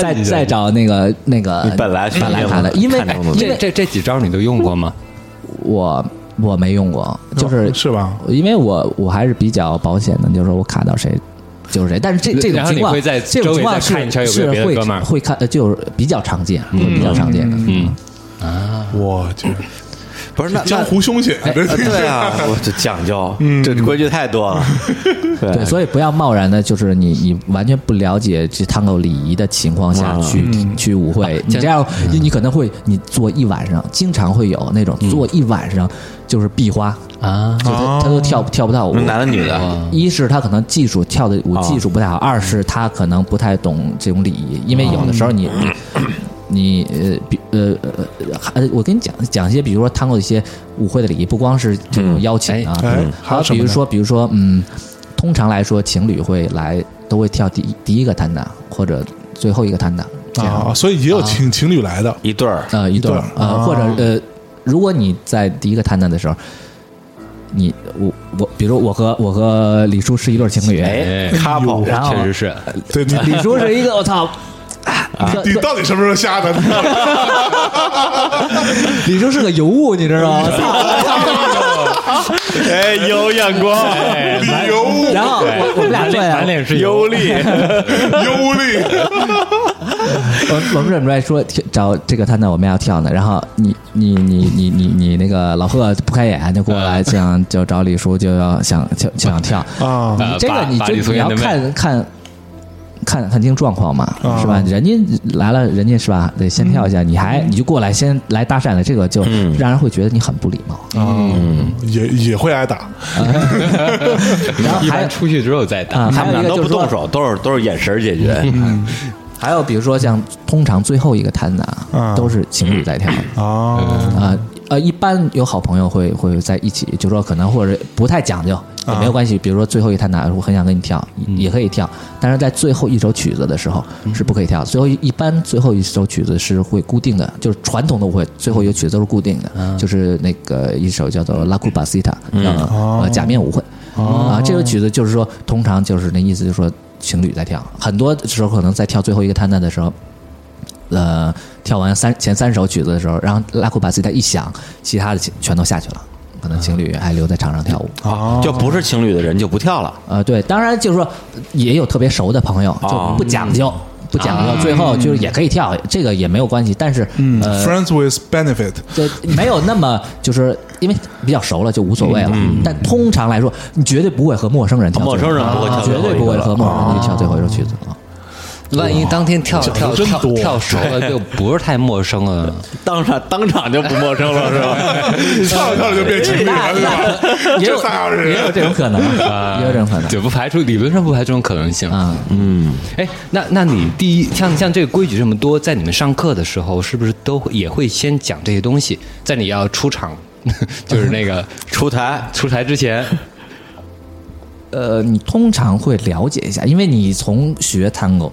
再再找那个那个你本来是本来那他的，种因为看中的因这为这这几招你都用过吗？我我没用过，哦就是是吧？因为我我还是比较保险的，就是说我卡到谁就是谁。但是这这种然后情你况，会在这周围种情况再是看一圈有没有别是的会哥们儿会看，呃就是比较常见，会比较常见的。嗯，我去，不是那江湖凶险，这那 对啊，我这讲究，嗯这规矩太多了。嗯对，所以不要贸然的，就是你你完全不了解这探狗礼仪的情况下啊去嗯去舞会，你这样你你可能会你坐一晚上，经常会有那种嗯坐一晚上就是壁花啊，就他他都跳跳不到舞，男的女的，一是他可能技术跳的舞技术不太好，二是他可能不太懂这种礼仪，因为有的时候你。你呃，比呃呃呃还，我跟你讲讲一些，比如说探过一些舞会的礼仪，不光是这种邀请啊，哎哎还还有有什么比呢如说，比如说，嗯，通常来说，情侣会来都会跳第一第一个探档或者最后一个探档这样。啊，所以也有情情侣来的，一对儿，呃一对一儿对儿，呃啊或者呃，如果你在第一个探探的时候，你我我比如我和我和李叔是一对儿情侣，哎呦，couple，然后确实是，对你李叔是一个我操。啊你到底什么时候下的？ 李叔是个尤物，你知道吗？哎，有眼光， 理由然后我我 们俩对啊，脸是有力， 忧虑，我我们忍不住还说跳找这个探探我们要跳呢，然后你你你你你你那个老贺不开眼就过来，想就找李叔就要想就就想跳，啊你这个你把把李就松你岩要的妹看看看看清状况嘛，啊是吧？人家来了，人家是吧？得先跳一下，你还你就过来先来搭讪了，这个就让人会觉得你很不礼貌。嗯，也也会挨打，然后一还般出去之后再打。啊，他还们有俩一个都不就是动说，手，都是都是眼神儿解决。嗯还有比如说像通常最后一个摊子啊啊，都是情侣在跳哦，啊。呃，一般有好朋友会会在一起，就说可能或者不太讲究也没有关系。比如说最后一摊打，我很想跟你跳，也可以跳，但是在最后一首曲子的时候是不可以跳。最后一一般最后一首曲子是会固定的，就是传统的舞会最后一个曲子都是固定的，就是那个一首叫做拉库呃巴西塔，呃假面舞会啊，这首曲子就是说通常就是那意思，就是说情侣在跳，很多时候可能在跳最后一个摊子的时候，呃，跳完三前三首曲子的时候，然后拉库把吉他一响，其他的全全都下去了，可能情侣还留在场上跳舞。啊就不是情侣的人就不跳 了。呃，对，当然就是说也有特别熟的朋友，就不讲究，不讲究，最后就是也可以跳，这个也没有关系。但是，嗯呃， ，Friends with benefit，这没有那么就是因为比较熟了就无所谓了。但通常来说，你绝对不会和嗯哦陌生人跳最后一首，陌生人不会跳最绝后一对个不会和陌生人去跳最后一首曲子啊。万一当天跳跳真跳多跳熟了，就不是太陌生 了。当场当场就不陌生了，是 吧？跳着跳着就变情侣了，对吧？也有这仨小时也哦有这种可能，也啊有这种可能啊就不排除理论上不排除这种可能性啊。嗯哎，那那你第一像像这个规矩这么多，在你们上课的时候，是不是都会也会先讲这些东西？在你要出场， 就是那 个出台出台之前，呃，你通常会了解一下，因为你从学 tango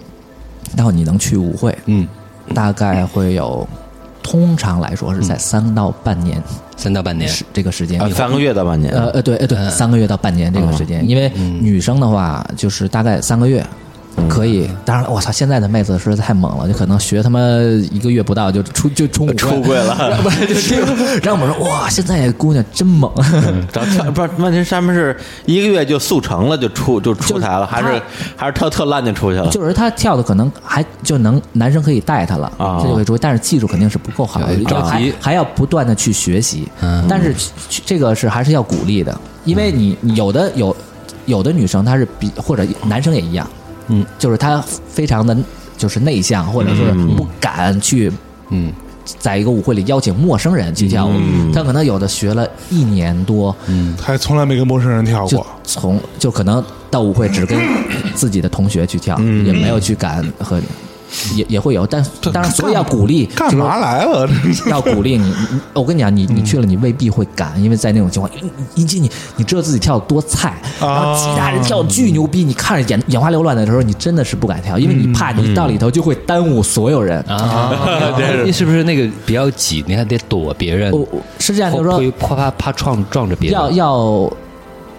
到你能去舞会，嗯，大概会有，通常来说是在三到半年三到半年，是这个时间啊，，三个月的吧你？呃呃对呃对，三个月到半年这个时间，因为女生的话就是大概三个月。可以，当然了，我操！现在的妹子实在太猛了，就可能学他妈一个月不到就出就冲出柜了，不 就就让我们说哇，现在姑娘真猛，然后嗯跳不是问题，他们是一个月就速成了，就出就出台了，就还是他还是特特烂就出去了？就是他跳的可能还就能男生可以带他了，啊这就可以出，但是技术肯定是不够好的对，着还急还要不断的去学习。嗯但是去这个是还是要鼓励的，因为你你有的有有的女生她是比或者男生也一样，嗯，就是她非常的就是内向，或者是不敢去嗯，在一个舞会里邀请陌生人去跳舞，嗯她可能有的学了一年多，嗯还从来没跟陌生人跳就过。从就可能到舞会只跟自己的同学去跳，嗯也没有去敢和也也会有，但当然所以要鼓励，干嘛来了？嗯要鼓励你。你我跟你讲，你你去了，你未必会敢，因为在那种情况，一一进你你知道自己跳得多菜，然后其他人跳得巨牛逼，你看着眼眼花缭乱的时候，你真的是不敢跳，因为嗯你怕你到里头就会耽误所有人。啊， 你是不是那个比较挤？你还得躲别人，我我是这样，就是说会怕怕怕撞撞着别人。要要，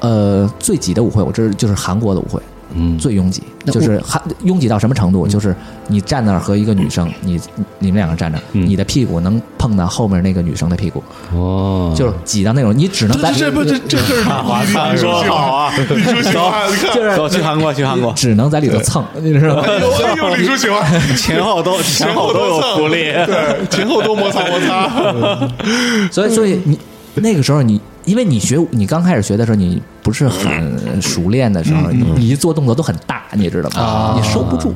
呃，最挤的舞会，我这就是韩国的舞会，嗯最拥挤，那就是韩拥挤到什么程度？就是你站那儿和一个女生，你你们两个站着，嗯你的屁股能碰到后面那个女生的屁股，哦，就是挤到那种，你只能在这这不这这这是 你你你说好 啊？李叔喜欢，你看，就是走去韩国，去韩国，只能在里头蹭，你知道吗？ 哎呦哎呦，李叔喜欢。前 后都前后都有福利。对，前后都摩擦摩擦。所以，所以你那个时候你，因为你学你刚开始学的时候，你不是很熟练的时候，嗯你你一做动作都很大，你知道吗？啊你收不住。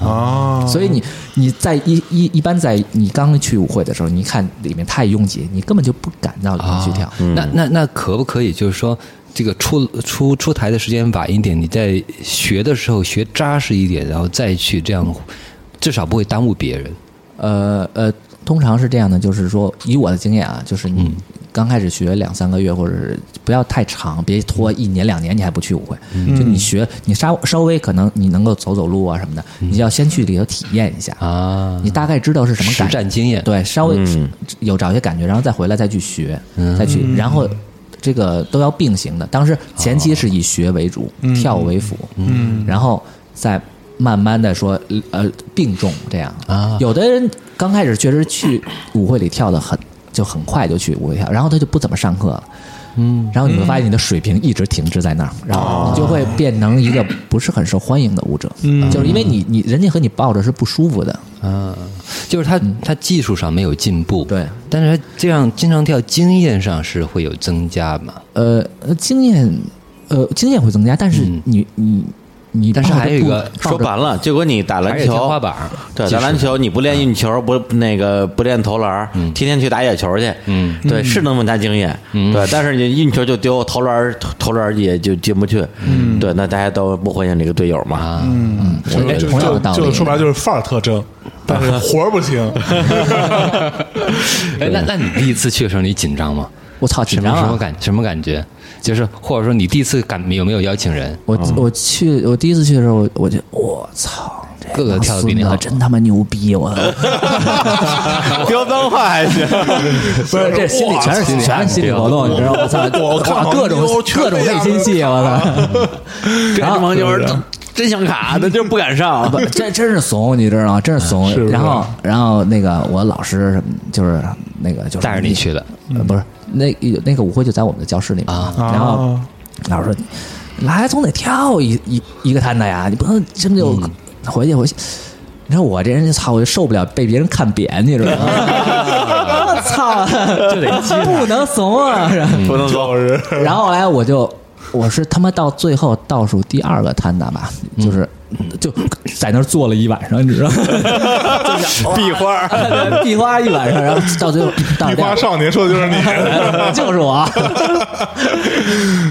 哦，所以你你在一一一般在你刚去舞会的时候，你一看里面太拥挤，你根本就不敢到里面去跳。那那那可不可以就是说，这个出出出台的时间晚一点，你在学的时候学扎实一点，然后再去这样，至少不会耽误别人。呃呃，通常是这样的，就是说，以我的经验啊，就是嗯你刚开始学两三个月，或者是不要太长，别拖一年两年，你还不去舞会。嗯就你学，你稍稍微可能你能够走走路啊什么的，你就要先去里头体验一下嗯啊你大概知道是什么实感觉战经验对，稍微有找一些感觉，然后再回来再去学，再去，然后。这个都要并行的，当时前期是以学为主，跳为辅，嗯，然后再慢慢的说，呃，并重这样啊有的人刚开始确实去舞会里跳的很，就很快就去舞会跳，然后他就不怎么上课了。嗯，然后你会发现你的水平一直停滞在那儿，然后你就会变成一个不是很受欢迎的舞者，嗯、就是因为你你人家和你抱着是不舒服的，啊，就是他他技术上没有进步，嗯对，但是他这样经常跳，经验上是会有增加嘛？呃，呃经验，呃，经验会增加，但是你、你你抱但是嗯着不，哦还有一个抱说着白了，结果你打篮还是球，天花板儿对，技打术嗯篮球你不练运球，不那个不练投篮儿，天天去打野球去，嗯，对，是能增加经验，对，但是你运球就丢，投篮儿投投篮儿也就进不去，嗯，对，那大家都不欢迎这个队友嘛， 啊，嗯，我觉得就同样就的道理，就说白了就是范儿特征，但 是活儿不行。哎，那那你第一次去的时候你紧张吗？我操，什紧么张什啊么！感什么感觉？就是或者说你第一次感有没有邀请人？我我去，我第一次去的时候，我我就我操，这个个帮跳得比你孙子好真他妈牛逼！我飙脏话还行，这 心里全是全是心理活动，你知道吗？我操，我哇看各种黄牛全各种内心戏，我操！然后这帮就是真想卡，但就是不敢上。不，真真是怂，你知道吗？真是怂。是不是然后，然后那个我老师什么，就是那个就是带着你去的，呃不是那有那个舞会就在我们的教室里面。啊然后老师说：“来，总得跳一一一个摊子呀，你不能这么就回去回去。”你说我这人就操，我就受不了被别人看扁，你知道吗？我 操，就得 不能怂啊！ 是吧不能说， 然后后来我就我是他妈到最后倒数第二个摊档吧，就是。就在那儿坐了一晚上，你 知道吗？壁花儿，壁花一晚上，然后到最后到一第花二少年说的就是你， 就是我。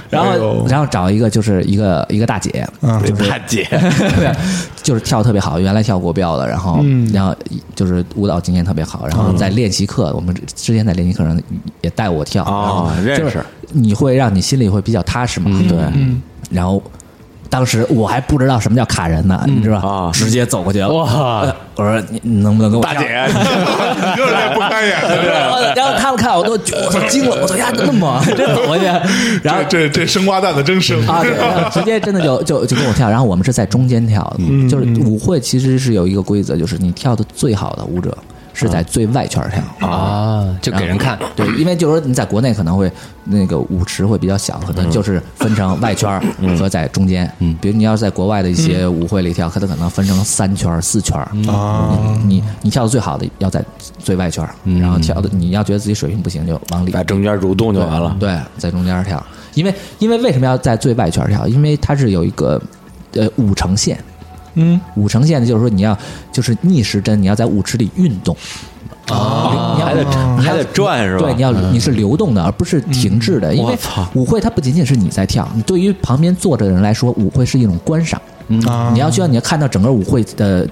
然哎后呦然后找一个就是一个一个大姐，嗯嗯大姐，对， 就是跳得特别好，原来跳国标的，然后、嗯然后就是舞蹈经验特别好，然后在练习课，我们之前在练习课上也带我跳，哦然后认识嗯就是你会让你心里会比较踏实嘛，对，然后。当时我还不知道什么叫卡人呢，你知道吧？啊直接走过去了，哇！我说你你能不能跟我大跳 姐，你 就是那不开眼 的然后然后他们看我都我操惊了，我说呀那 么真走过去，然后这这这生瓜蛋的真生啊，对，然后直接真的就就就跟我跳，然后我们是在中间跳的，嗯就是舞会其实是有一个规则，就是你跳的最好的舞者是在最外圈嗯跳。啊，就给人看，对，因为就是说你在国内可能会那个舞池会比较小，可嗯能就是分成外圈和在中间。嗯，比如你要是在国外的一些嗯舞会里跳，可能可能分成三圈、四圈。啊，嗯你你跳的最好的要在最外圈，然后跳的你要觉得自己水平不行就往里在中间蠕动就对完 了。对，在中间跳，因为因为为什么要在最外圈跳？因为它是有一个呃五成线，嗯，五成线的就是说你要就是逆时针，你要在舞池里运动。哦，你要还得还得转是吧对，你要你是流动的，而不是停滞的。因嗯为我操舞会它不仅仅是你在跳，你对于旁边坐着的人来说，舞会是一种观赏。嗯啊你要需要你要看到整个舞会的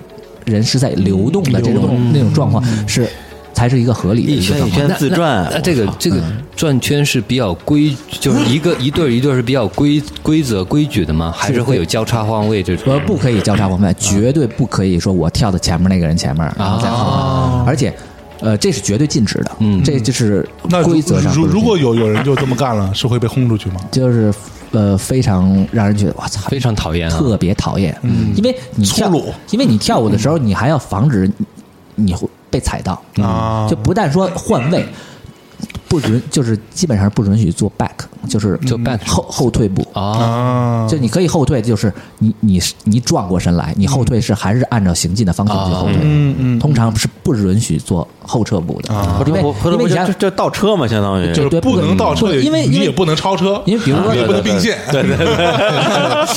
人是在流动的这嗯种那种状况是才是一个合理的一个圈状一况。圈那自转那那，这个这个嗯转圈是比较规，就是一个一对儿一对儿是比较规规则规矩的吗？还是会有交叉换位这我种？不可以交叉往外，绝对不可以说我跳到前面那个人前面，然后再啊后面，而且，呃，这是绝对禁止的，嗯，这就是那如规则上如不允许如果有有人就这么干了，是会被轰出去吗？就是呃非常让人觉得我操，非常讨厌啊！特别讨厌，因为你跳嗯粗鲁，嗯因为你跳舞的时候，你还要防止你你会被踩到啊就不但说换位。不允就是基本上不允许做 back，就是嗯做 back 后后退步啊，啊，就你可以后退，就是你你是你转过身来，你后退是还是按照行进的方向去后退，嗯嗯啊通常是不允许做后撤步的，因为回头因为不你就想就 就倒车嘛，相当于就是对不不能能倒车，也因为你因为也不能超车，啊因为比如说你也不能并线，对对对，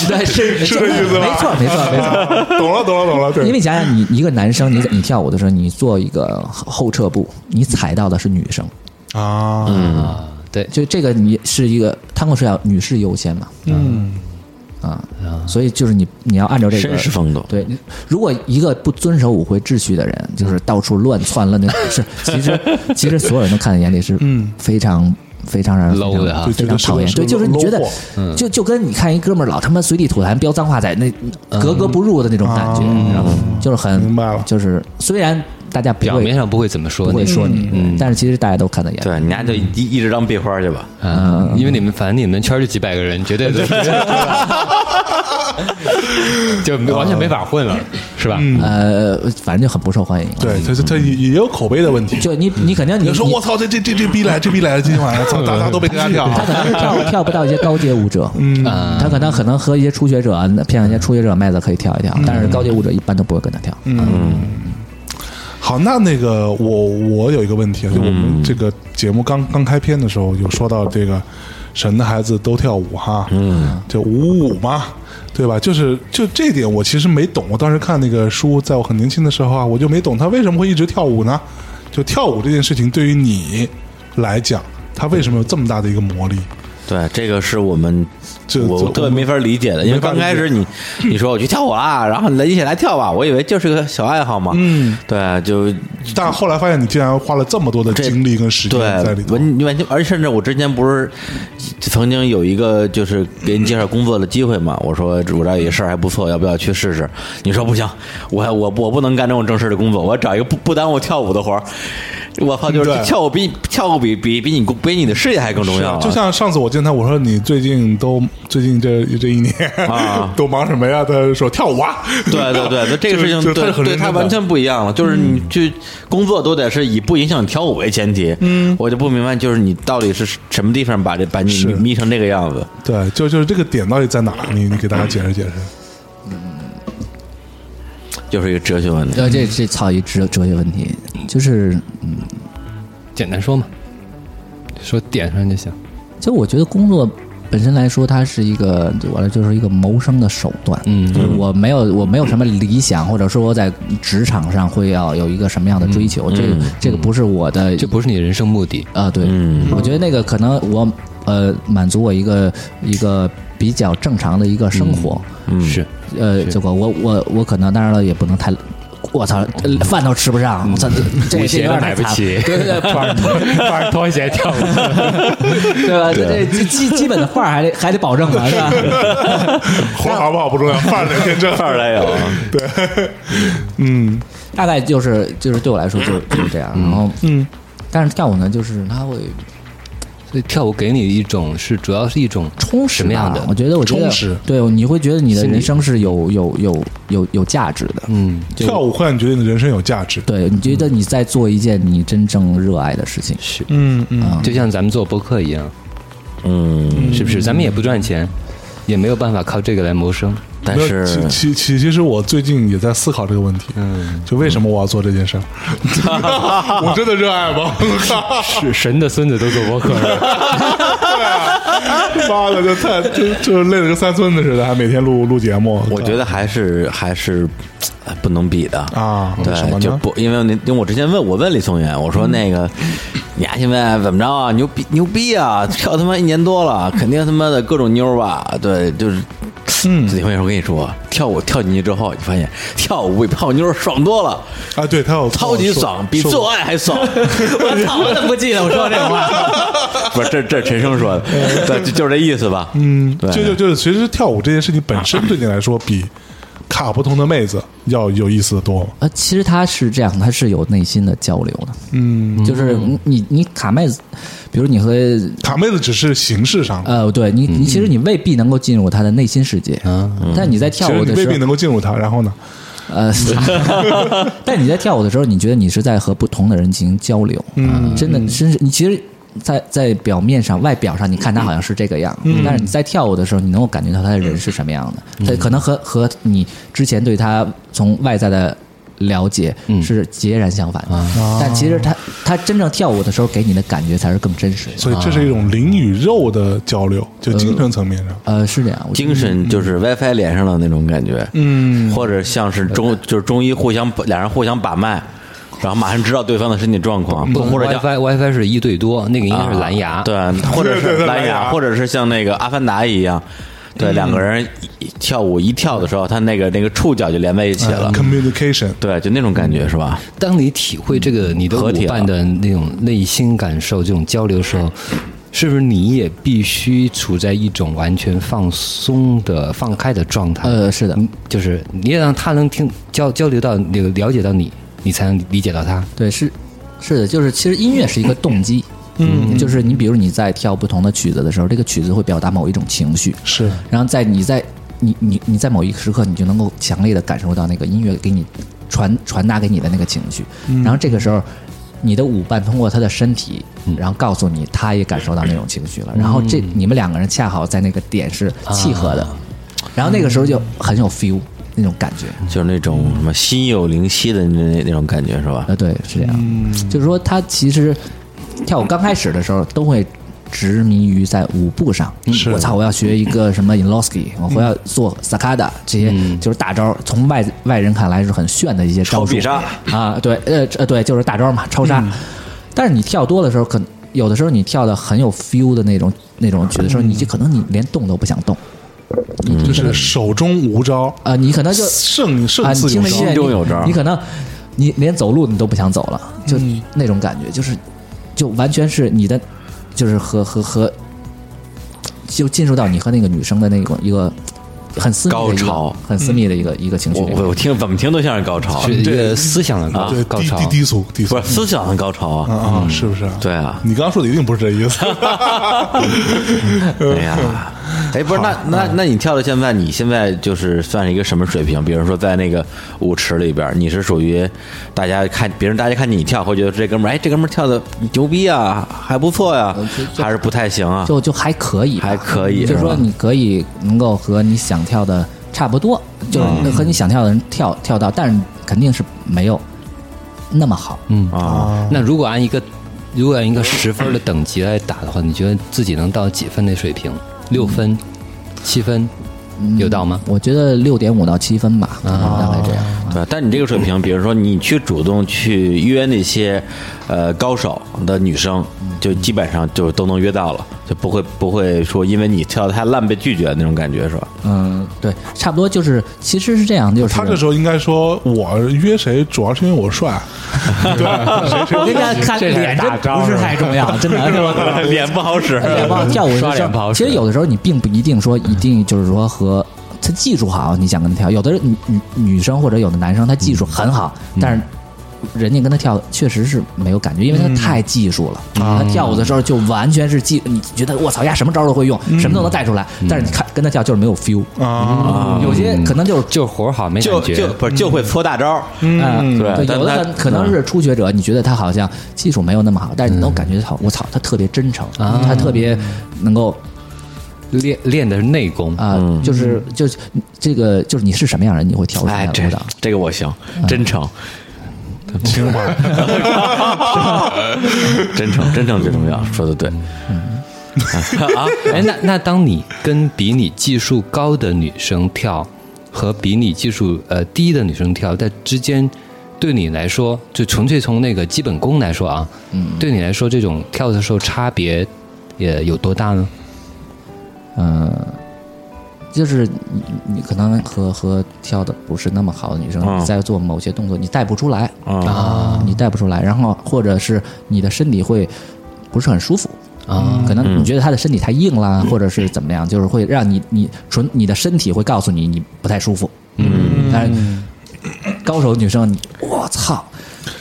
对是是这意思吧没错没错没错， 懂了懂了懂了，对，因为你想想你一个男生你你跳舞的时候你做一个后撤步，你踩到的是女生，啊，啊对，嗯就这个你是一个他们是要女士优先嘛，嗯，啊，所以就是你你要按照这个绅士风度对，如果一个不遵守舞会秩序的人，就是到处乱窜乱的，是其实 其实所有人都看在眼里，是嗯非常。非常让人 low 的啊非常非常讨厌。就对，觉得是就是个你觉 low 得货，就就跟你看一哥们儿老他妈随地吐痰、飙脏话，在那格格不入的那种感觉，你知道吗？就是很嗯明白了就是虽然大家不表会面上不会怎么说不会你，说你，但是其实大家都看在眼里。对，你俩就一一直当壁花去吧。嗯，因为你们反正你们圈儿就几百个人，绝对 都是就没完全没法混了，嗯是吧？啊呃，反正就很不受欢迎。对，他他他也也有口碑的问题。就你你肯定你你要说我操，这这这这逼来，这逼来了，今天晚上操，大家都被他跳他可能 跳跳不到一些高阶舞者，嗯，他可能可能和一些初学者，偏向一些初学者妹子可以跳一跳，但是高阶舞者一般都不会跟他跳。好，那那个我我有一个问题啊，就我们这个节目刚刚开篇的时候有说到这个神的孩子都跳舞哈，嗯，就五五五嘛，对吧？就是就这点我其实没懂，我当时看那个书，在我很年轻的时候啊，我就没懂他为什么会一直跳舞呢？就跳舞这件事情对于你来讲，它为什么有这么大的一个魔力？对，这个是我们这这我特别没法理解的，因为没法刚理解开始你你说我去跳舞啦，然后来一起来跳吧，我以为就是个小爱好嘛。嗯，对，就但后来发现你竟然花了这么多的这精力跟时间对在里，头完完全，而甚至我之前不是曾经有一个就是给你介绍工作的机会嘛？我说我这儿有一事儿还不错，要不要去试试？你说不行，我我我不能干这种正式的工作，我要找一个不不耽误跳舞的活儿。我操，就是对跳舞比跳舞比比比你比你的事业还更重要啊，就像上次我见他，我说你最近都最近这这一年啊 都忙什么呀？他说跳舞啊。对对对，那这个事情就就他对是很对认真他的完全不一样了，就是你嗯去工作都得是以不影响跳舞为前提。嗯，我就不明白，就是你到底是什么地方把这把你是迷成这个样子？对，就就是这个点到底在哪儿？你你给大家解释解释。就是一个哲学问题。呃，这这操一哲哲学问题，就是简单说嘛，说点上就行。就我觉得工作本身来说，它是一个对我来说就是一个谋生的手段。嗯，就是我没有我没有什么理想，或者说我在职场上会要有一个什么样的追求，这个这个不是我的这不是你人生目的，啊，对，我觉得那个可能我呃满足我一个一个比较正常的一个生活，是呃，这个我我我可能当然了也不能太。我操，呃嗯饭都吃不上，我操，这这鞋有都点买太不惨起了对对对， 把拖鞋跳了。对 吧？这这基基本的范儿还得还得保证吧，是吧？活好不好不重要，范儿得 天正。范儿得啊 有，大概就是就是对我来说就就是这样。然后，嗯，但是跳舞呢，就是它会所以跳舞给你一种是主要是一种充实什么样吧的我觉得，我觉得充实对，你会觉得你的心理人生是有有有有有价值的。嗯，跳舞会让你觉得你的人生有价值。对，你觉得你在做一件你真正热爱的事情，是嗯嗯，就像咱们做播客一样，嗯，是不是？咱们也不赚钱，也没有办法靠这个来谋生。但是其其其其实我最近也在思考这个问题，嗯，就为什么我要做这件 事儿？我真的热爱吗？ 是神的孙子都做播客了，妈的，就太就就累得跟三孙子似的，还每天录录节目。我觉得还是还是哎不能比的啊为什么对，呢就不因为你因为我之前问我问李松元，我说那个嗯你呀现在怎么着啊？牛逼牛逼啊！跳他妈一年多了，肯定他妈的各种妞吧？对，就是。嗯，李松元说：“我跟你说，跳舞跳进去之后，你发现跳舞比泡妞爽多了，啊，对他有超级爽，比说做爱还爽。哦我操，我怎么不记得我说这 话？不是这这陈升说的，嗯对，就就是这意思吧？嗯，对，就就就是，其实跳舞这件事情本身对你来说，比卡不同的妹子要有意思的多。呃，其实他是这样，他是有内心的交流的。嗯，就是你你你卡妹子，比如你和卡妹子只是形式上的，呃，对你你其实你未必能够进入他的内心世界，但你在其跳实舞你的未时候必，能够进入她。然后呢，呃，但你在跳舞的时候，你觉得你是在和不同的人进行交流，嗯，真的，真是你其实在，在表面上、外表上，你看他好像是这个样，嗯但是你在跳舞的时候，你能够感觉到他的人是什么样的，他、可能和和你之前对他从外在的。了解嗯是截然相反的，啊但其实他他真正跳舞的时候给你的感觉才是更真实的。所以这是一种灵与肉的交流，就精神层面上。呃，是这样，我觉得精神就是 WiFi 连上了那种感觉，嗯，或者像是中就是中医互相俩人互相把脉，然后马上知道对方的身体状况， 不或者像 WiFi WiFi 是一对多，那个应该是蓝牙。啊对，或者对对是对蓝蓝牙牙，或者是像那个阿凡达一样，对，两个人一一跳舞一跳的时候，他那个那个触角就连在一起了呃，communication，对，就那种感觉是吧？当你体会这个你的合舞体了伴的那种内心感受、这种交流的时候，是不是你也必须处在一种完全放松的、放开的状态？呃是的嗯，就是你也让他能听交交流到那个了解到你，你才能理解到他。对，是是的，就是其实音乐是一个动机，嗯，就是你比如你在跳不同的曲子的时候，这个曲子会表达某一种情绪，是然后在你在你你你在某一个时刻，你就能够强烈的感受到那个音乐给你传传达给你的那个情绪，然后这个时候。你的舞伴通过他的身体，然后告诉你，他也感受到那种情绪了。然后这你们两个人恰好在那个点是契合的，然后那个时候就很有 feel 那种感觉。就是那种什么心有灵犀的那那那种感觉是吧？呃，对，是这样。就是说，他其实跳舞刚开始的时候都会。执迷于在舞步上，是我操！我要学一个什么 Inlowski，我要做 Sakada 这些，就是大招，从外外人看来是很炫的一些招超数必杀啊，对，呃呃，对，就是大招嘛，超杀。但是你跳多的时候，可能有的时候你跳的很有 feel 的那种那种曲的时候，你就可能你连动都不想动就是手中无招，啊，你可能 就胜胜啊，你似听有了音乐招。你中有招你可能你连走路你都不想走了，就那种感觉，就是就完全是你的，就是和和和，就进入到你和那个女生的那种一个很私密的一个高潮很私密的一个一个情绪我嗯里面。我我听怎么听都像是高潮，是一个思想的高啊对，啊高低潮低。低俗低俗不是思想很高潮啊啊！啊，是不是？对啊你刚刚说的一定不是这意思。 哎呀， 嗯哎，不是，那那那你跳到现在，你现在就是算是一个什么水平？比如说在那个舞池里边，你是属于大家看别人，大家看你跳，会觉得这哥们儿，哎，这哥们儿跳的牛逼啊，还不错呀、还是不太行啊？就就还可以吧，还可以就是是说吧你可以能够和你想跳的差不多，就是嗯那和你想跳的人跳跳到，但是肯定是没有那么好。嗯啊，那如果按一个如果按一个十分的等级来打的话，你觉得自己能到几分的水平？六分、七分，嗯有到吗？我觉得六点五到七分吧，大概这样。对，但你这个水平，比如说你去主动去约那些呃高手的女生，就基本上就都能约到了，就不会不会说因为你跳的太烂被拒绝那种感觉是吧？嗯，对，差不多就是，其实是这样，就是他这时候应该说，我约谁主要是因为我帅，人家看脸真不是太重 要，真的。 脸不好使，脸不好跳舞的时候刷脸不好使其实有的时候你并不一定说一定就是说和他技术好，你想跟他跳。有的人女女女生或者有的男生他技术很好，但是。人家跟他跳确实是没有感觉，因为他太技术了。他跳舞的时候就完全是技，你觉得我操呀，什么招都会用，什么都能带出来。但是你看跟他跳就是没有 feel，啊，有些可能就是就是活儿好没就感觉就，不是就会搓大招儿，嗯，对但有的他可可能是初学者，你觉得他好像技术没有那么好，但是你能感觉到，我操，他特别真诚，他特别能够练练的是内功啊，就是就是这个就是你是什么样的人，你会跳出什么哎，样的这舞蹈。这个我行，真诚，听话。真诚，真诚最重要，说的对。啊！哎，那那当你跟比你技术高的女生跳，和比你技术呃低的女生跳，在之间，对你来说，就纯粹从那个基本功来说啊，嗯，对你来说，这种跳的时候差别也有多大呢？嗯，就是你你可能和和跳的不是那么好的女生嗯在做某些动作，你带不出来嗯啊，你带不出来，然后或者是你的身体会不是很舒服。啊，可能你觉得她的身体太硬啦，或者是怎么样，就是会让你你纯你的身体会告诉你你不太舒服。嗯，但是高手女生，你我操，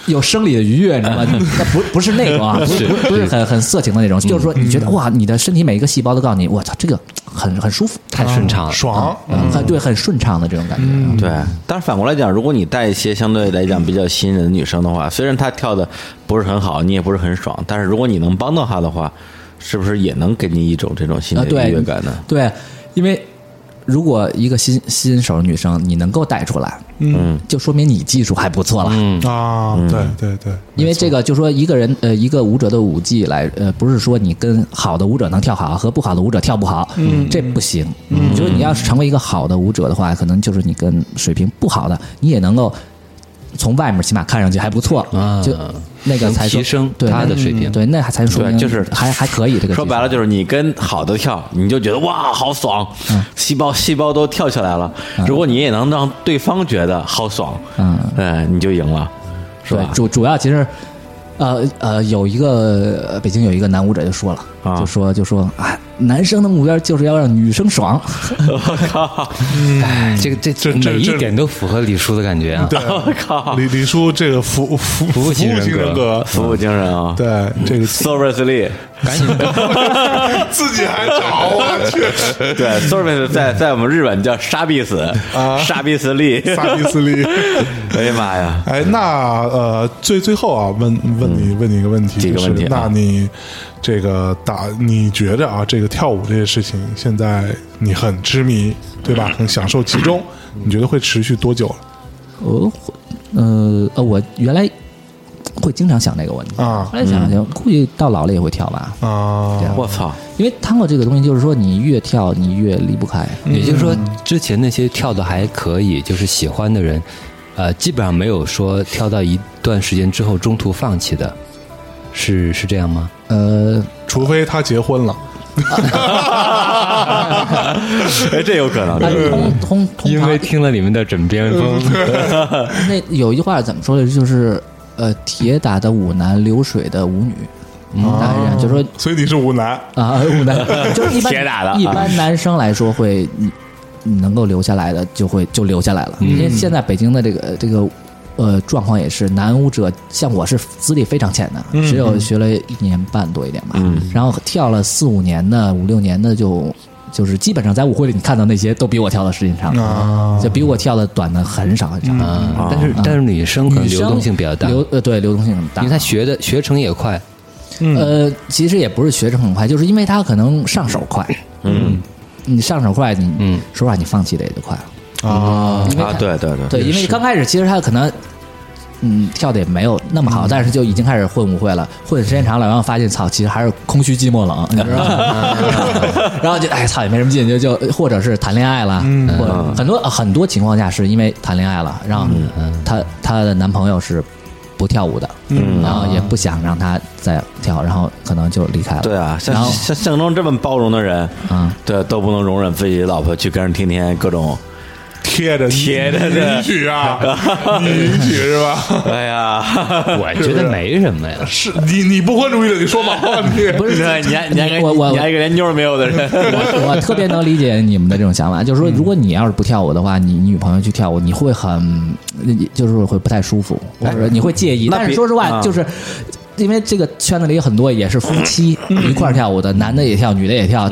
有生理的愉悦，你知道吗？那不不是那种啊，不是嗯不是不是很很色情的那种，就是说你觉得哇，你的身体每一个细胞都告诉你，我操，这个很很舒服，太顺畅了，爽，嗯，很对，很顺畅的这种感觉。嗯对，但是反过来讲，如果你带一些相对来讲比较吸引人的女生的话，虽然她跳的不是很好，你也不是很爽，但是如果你能帮到她的话，是不是也能给你一种这种心啊，理的对愉悦感呢？对，因为如果一个新新手女生你能够带出来，嗯，就说明你技术还不错了。嗯，啊，对对对，因为这个就说一个人呃一个舞者的舞技来呃不是说你跟好的舞者能跳好和不好的舞者跳不好，嗯，这不行。嗯，就是你要是成为一个好的舞者的话，可能就是你跟水平不好的你也能够。从外面起码看上去还不错，啊就那个能才说提升对他那的水平对，那才说对明就是还还可以。这个说技术白了就是你跟好的跳，你就觉得哇好爽，嗯细胞细胞都跳起来了。如果你也能让对方觉得好爽，嗯哎，你就赢了，是对吧，？主主要其实，呃呃，有一个呃北京有一个男舞者就说了，啊就说就说啊，男生的目标就是要让女生爽，嗯哎，这个这这这每这一点都符合李叔的感觉啊，对，李李叔这个服服服务型人型格人格，服务精神啊对这个，seriously， 赶紧自己还找我去， 对，seriously 在在我们日本叫杀必死，杀必死力，萨比斯利。 哎呀妈呀！哎，那呃，最最后啊，问问你问你一个问题，几个就是问题啊那你这个打，你觉着啊，这个跳舞这些事情，现在你很痴迷，对吧？很享受其中，你觉得会持续多久我呃呃，我原来会经常想这个问题，啊后来想想，估计到老了也会跳吧，啊？我操！因为探戈这个东西就是说你越跳你越离不开，也就是说，之前那些跳的还可以，就是喜欢的人，呃，基本上没有说跳到一段时间之后中途放弃的，是是这样吗？呃，除非他结婚了，哎，这有可能，但是通通通因常为听了你们的枕边风， 那有一句话怎么说来着？就是呃，铁打的舞男，流水的舞女。嗯，大概这样，就是说所以你是舞男啊，五男就是一 般铁打的一般男生来说会，你你能够留下来的就会就留下来了，嗯因为现在北京的这个这个。呃，状况也是，南舞者像我是资历非常浅的，嗯只有学了一年半多一点吧，然后跳了四五年的、五六年的就，就是基本上在舞会里你看到那些都比我跳的时间长，啊就比我跳的短的很少很少。嗯但是但是女生可能女流生动性比较大，流因呃对流动性很大，为她学的学成也快，呃，其实也不是学生很快，就是因为他可能上手快。嗯，你上手快，你嗯，说实话，你放弃的也就快了。啊，因为啊，他对对对，对，因为刚开始其实他可能。嗯，跳的也没有那么好，但是就已经开始混舞会了。混时间长了，然后发现操，其实还是空虚、寂寞、冷，你知道吗？然后就哎操，也没什么劲，就就或者是谈恋爱了，或者很多呃很多情况下是因为谈恋爱了，然后她她的男朋友是不跳舞的，然后也不想让她再跳，然后可能就离开了。对啊，像然后像象征这么包容的人，嗯，对，都不能容忍自己老婆去跟人天天各种，贴着贴着你允许啊，你允许是吧？哎 呀， 我觉得没什么呀。是你你不婚主义者，你说毛啊你？不你是看，你还你还个我我你还一个连妞儿没有的人，我我特别能理解你们的这种想法，就是说，如果你要是不跳舞的话，你你女朋友去跳舞，你会很，就是会不太舒服，或者你会介意。那但是比说实话，啊就是。因为这个圈子里有很多也是夫妻一块儿跳舞的，男的也跳，女的也跳，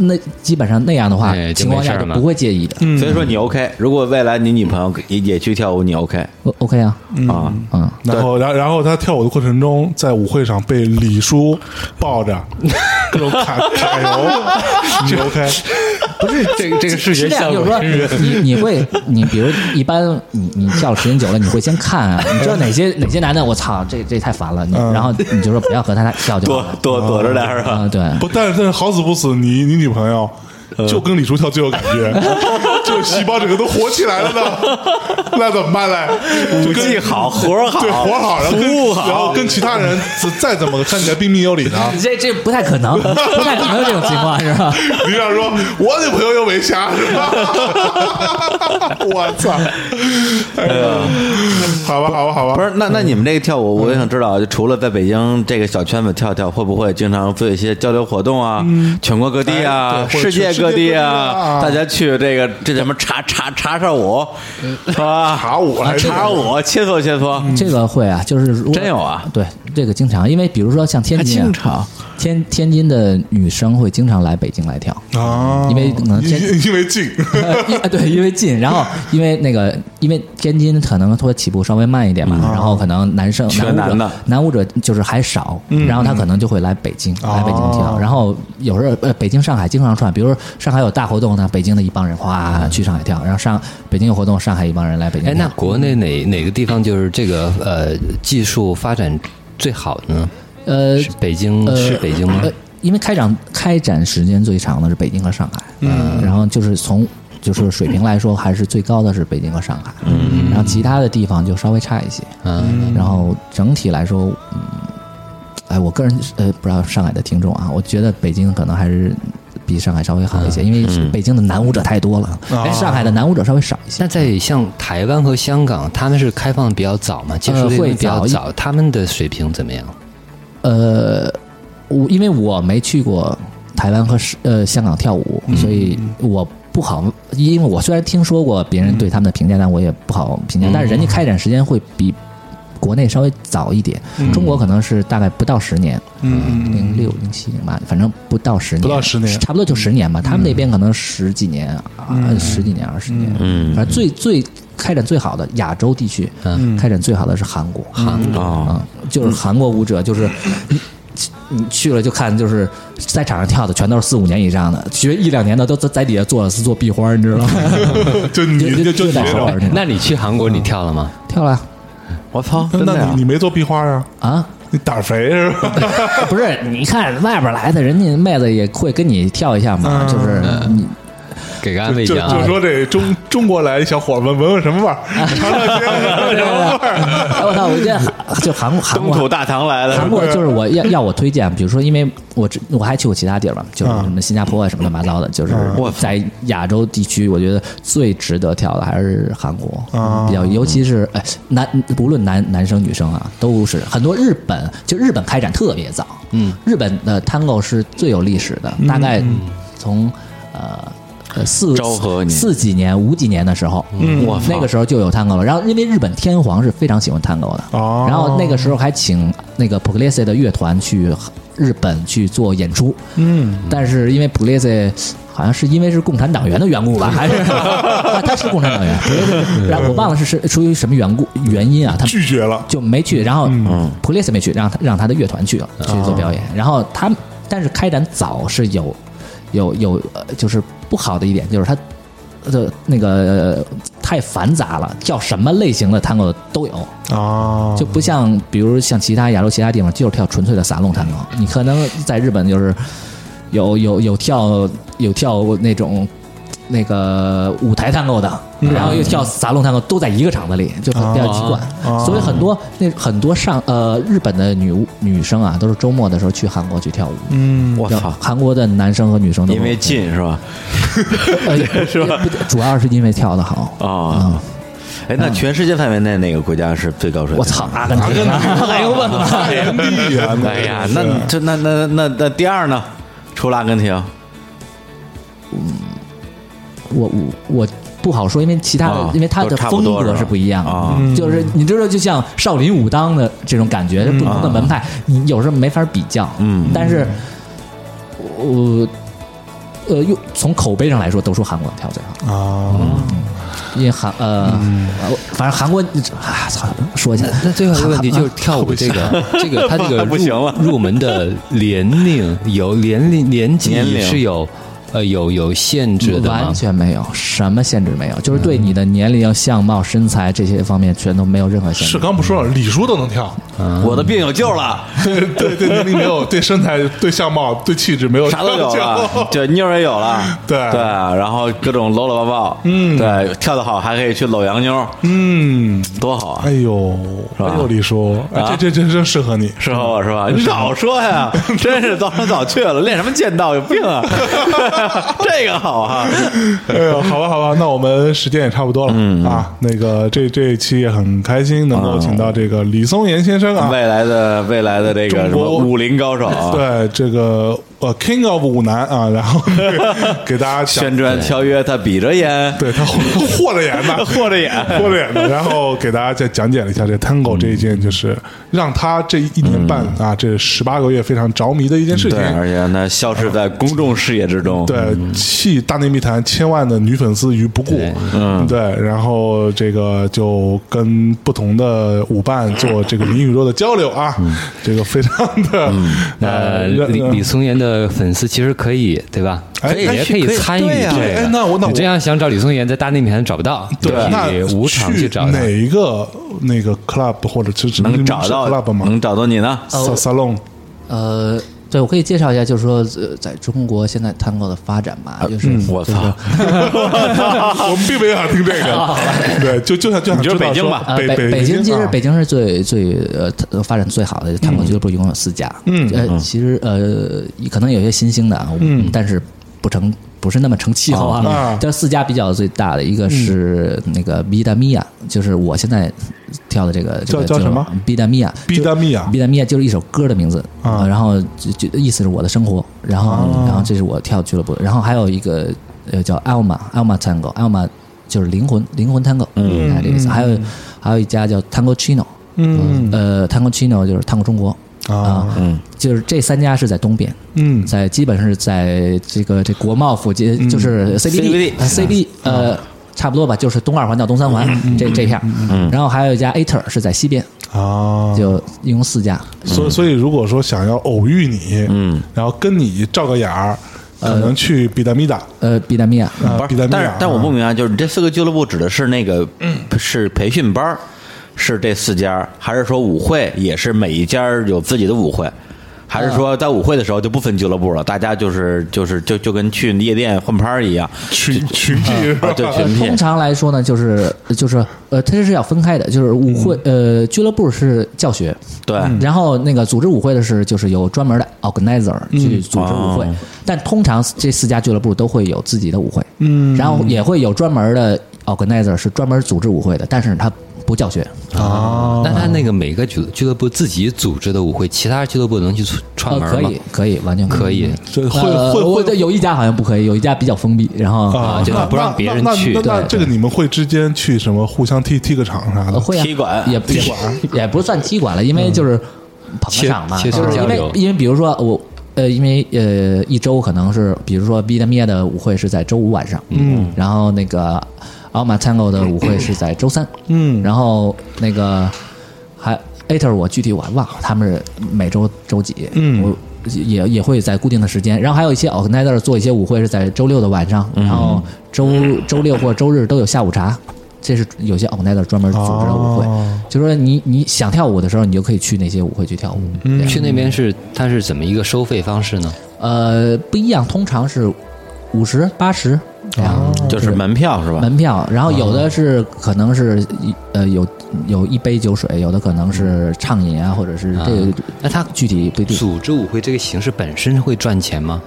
那基本上那样的话哎，就情况没事下儿就嘛不会介意的。所以说你 OK，如果未来你女朋友也也去跳舞，你 OK O OK 啊，啊？嗯， 然后，然然后他跳舞的过程中，在舞会上被李叔抱着，各种卡卡油，你 OK？不是这个这个视觉是这样，效就是果说，你你会，你比如一般你你跳时间久了，你会先看啊，你知道哪些哪些男的，我操，这这太烦了，你然后你就说不要和他跳就躲好了。躲躲着点儿是吧？啊，对，不，但是但是好死不死，你你女朋友就跟李叔跳最有感觉，就细胞整个都活起来了呢，那怎么办嘞？就武跟技好，活儿好，对活好，然后跟服务然后好，跟其他 人再怎么看起来彬彬有礼呢，这这不太可能，不太可能有这种情况是吧？你想说我女朋友又没瞎是 吧？我操！哎呀，好吧，好吧，好吧，不是，那那你们这个跳舞，我也想知道，就除了在北京这个小圈子跳跳，会不会经常做一些交流活动啊？全国各地嗯哎对啊，或者世界去世界地各地啊大家去这个这叫什么茶茶茶社舞是吧？查嗯我还是茶舞，切磋切磋。这个会啊，就是如果真有啊，对，这个经常，因为比如说像天津还啊，经常天天津的女生会经常来北京 来跳，啊，因为可能天因因为近，呃因啊对，因为近，然后因为那个，因为天津可能它起步稍微慢一点嘛，然后可能男生缺男舞嗯男者的嗯男舞者就是还少，然后他可能就会来北京，来北京哦跳，然后有时候呃北京上海经常串，比如说上海有大活动呢，北京的一帮人哗去上海跳，然后上北京有活动，上海一帮人来北京哎，跳。那国内哪哪个地方就是这个呃技术发展最好的呢？呃是北京是北京吗？呃，因为开展开展时间最长的是北京和上海，嗯，然后就是从就是水平来说，还是最高的是北京和上海，嗯，然后其他的地方就稍微差一些，嗯，然后整体来说，嗯，哎，我个人呃不知道上海的听众啊，我觉得北京可能还是。比上海稍微好一些，因为北京的男舞者太多了，哎，上海的男舞者稍微少一些。那在像台湾和香港，他们是开放的比较早嘛，接触呃的也会比较早一早，他们的水平怎么样？呃，我因为我没去过台湾和是呃香港跳舞，嗯所以我不好，因为我虽然听说过别人嗯对他们的评价，但我也不好评价。但是人家开展时间会比国内稍微早一点，中国可能是大概不到十年，嗯零六零七零八，反正不到十年，不到10年嗯差不多就十年吧。他们那边可能十几年啊，十几年二十年，嗯，反正最最。开展最好的亚洲地区，嗯，开展最好的是韩国，嗯韩国啊，就是韩国舞者，就是你你去了就看，就是在场上跳的全都是四五年以上的，学一两年的都都在底下做做壁花，你知道吗？就你就就就你在嗯这首种尔，那那你去韩国你跳了吗？ 跳了我操，真的那呀你你没做壁花啊？啊，你胆儿肥是 吧？不是，你看外边来的人家妹子也会跟你跳一下嘛，就是你给个安慰就奖就啊。说这中中国来一小伙们闻闻什么味 儿，尝尝鲜闻闻什么味儿。哎我操！我觉得韩就韩国韩东国土大唐来韩了，国就是我要要我推荐，比如说，因为我之我还去过其他地儿嘛，就是什么新加坡啊什么乱七八糟的，就是在亚洲地区，我觉得最值得跳的还是韩国，比较尤其是哎男无论男男生女生啊，都是很多日本就日本开展特别早，嗯，日本的 tango 是最有历史的，大概从呃。呃四昭和年四几年五几年的时候，嗯我操那个时候就有探戈了。然后因为日本天皇是非常喜欢探戈的，哦然后那个时候还请那个普克列塞的乐团去日本去做演出，嗯，但是因为普克列塞。好像是因为是共产党员的缘故吧，还是 他他是共产党员，普列塞然后我忘了是是出于什么缘故原因啊，他拒绝了。就没去，然后普列斯没去，让他让他的乐团去了去做表演。然后他们但是开展早是有有有呃就是不好的一点，就是他的那个呃太繁杂了，叫什么类型的探戈都有，哦，就不像比如像其他亚洲其他地方就是跳纯粹的撒弄探戈，你可能在日本就是有有有跳有跳那种。那个舞台探戈的，嗯然后又跳撒弄探戈，都在一个场子里，就很比较奇怪。哦所以很多那很多上呃日本的女巫女生啊，都是周末的时候去韩国去跳舞。嗯，我然后操，韩国的男生和女生都因为近是吧？呃是吧？不主要是因为跳的好。嗯啊，哎，那全世界范围内哪个国家是最高水平？我操，！阿根廷 啊，还用问吗？ 地哎呀，那哎呀，是那这那那那那第二呢？除了阿根廷，啊我我我不好说，因为其他的啊，因为他都的差风不多格是吧是不一样嗯啊的，就是你知道，就像少林武当的这种感觉，是不同的门派，你有时候没法比较。嗯但是，我呃，又从口碑上来说，都说韩国跳最好，啊，因为韩呃，我反正韩国啊，操，说起那来那最后一个问题就是跳舞这个，这个它这个入不行了入门的年龄有年龄年级年龄是有呃有有限制的吗完？全没有什么限制，没有，就是对你的年龄、相貌、身材这些方面全都没有任何限是制。刚不说了，李叔都能跳，我的病有救了，对对对，年龄没有，对身材、对相貌、对气质没有啥都有啊要了求， 对妞儿也有了，对对，然后各种搂搂抱抱，嗯，对，跳得好还可以去搂洋妞，嗯，多好啊！哎呦，吧哎呦，李叔，哎啊这这这真适合你，适合我是哦吧？你早说呀！真是早说早去了，练什么剑道？有病 啊！这个好啊！哎呦，好吧，好吧，那我们时间也差不多了、嗯啊。那个这这一期也很开心，能啊够请到这个李松岩先生啊，未来的未来的这个中什国么武林高手啊，对这个呃 King of 舞男啊，然后 给大家讲宣传条约他比着演，对他 豁他豁着眼呢，豁着眼 豁着眼呢，然后给大家再讲解了一下这嗯 Tango 这一件，就是让他这一年半啊，这十八个月非常着迷的一件事情对，。而且呢，消失在公众视野之中。对，弃大内密谈千万的女粉丝于不顾，嗯，对，然后这个就跟不同的舞伴做这个 云宇宙的交流啊，嗯这个非常的 嗯呃，让李李松岩的粉丝其实可以对吧？哎可以哎也可以可以参与对这呀对个哎。那我那我你这样想找李松岩，在大内密谈找不到，对，那你无偿去去找他哪。一个那个 club 或者是能找到 club 吗能找到你呢？ ？sa-？salon 呃，对，我可以介绍一下，就是说，呃，在中国现在探戈的发展吧，就是、嗯嗯我操！ 我们并没有想听这个，对，就就想就想你就是知道北京说吧呃，北北京京其实啊北京是最最呃呃发展最好的探戈俱乐部，一共有四家。嗯，呃，其实呃可能有些新兴的啊，嗯，但是不成不是那么成气候哦啊嗯啊。这四家比较最大的一个是那个 b i d a m i a 就是我现在跳的这个这个叫叫什么 b i d a m i a ，B 大密啊 b，i d a m i a 就是一首歌的名字啊呃然后就就意思是我的生活，然后、然后这是我跳俱乐部的，然后还有一个呃叫 Alma Alma Tango Alma 就是灵魂灵魂 Tango，嗯，哎这个意思，还有还有一家叫 Tango Chino，嗯呃 Tango Chino 就是 Tango 中国啊，嗯，就是这三家是在东边，嗯在基本上是在这个这国贸附近，就是嗯 CBD CBD 呃 CBD 啊呃。差不多吧，就是东二环到东三嗯环、这这片儿，然后还有一家 Ater 是在西边，啊，就一共四家，所以所以如果说想要偶遇你，嗯，然后跟你照个眼儿，可能去 B 大密达，呃，比达米亚，啊不 B 大是密达嗯但是但我不明白，就是你这四个俱乐部指的是那个是培训班儿，是这四家，还是说舞会也是每一家儿有自己的舞会？还是说在舞会的时候就不分俱乐部了，大家就是就是就就跟去夜店混拍儿一样，群群体是吧啊，对，呃群，体通常来说呢，就是就是呃，它是要分开的，就是舞会嗯呃俱乐部是教学，对，然后那个组织舞会的是就是有专门的 organizer 嗯去组织舞哦会，但通常这四家俱乐部都会有自己的舞会，嗯，然后也会有专门的 organizer 是专门组织舞会的，但是他不教学，哦，那他那个每个俱俱乐部自己组织的舞会，其他俱乐部能去串串呃，门可吗？以，可以，完全可以这会呃会我会这有一家好像不可以，有一家比较封闭，然后啊就那不让那别人那去那那对这个你们会之间去什么互相踢踢个场啥呃的？会啊，踢馆也踢馆也不是算踢馆了，因为就是捧个切场嘛，切就磋是交因为流因为比如说我呃，因为呃一周可能是比如说 B 的 m i 的舞会是在周五晚上，嗯，然后那个奥马 Tango 的舞会是在周三，嗯，然后那个还 Ater 我具体我还忘了他们是每周周几，嗯，我。也也会在固定的时间，然后还有一些 organizer 做一些舞会是在周六的晚上，然后周周六或周日都有下午茶，这是有些 organizer 专门组织的舞会。哦就说你你想跳舞的时候，你就可以去那些舞会去跳舞。对去那边是他是怎么一个收费方式呢？呃，不一样，通常是五十八十，然后哦就是门票是吧？门票，然后有的是可能是一呃有有一杯酒水，有的可能是畅饮啊，或者是这个啊那他具体不一定。组织舞会这个形式本身会赚钱吗？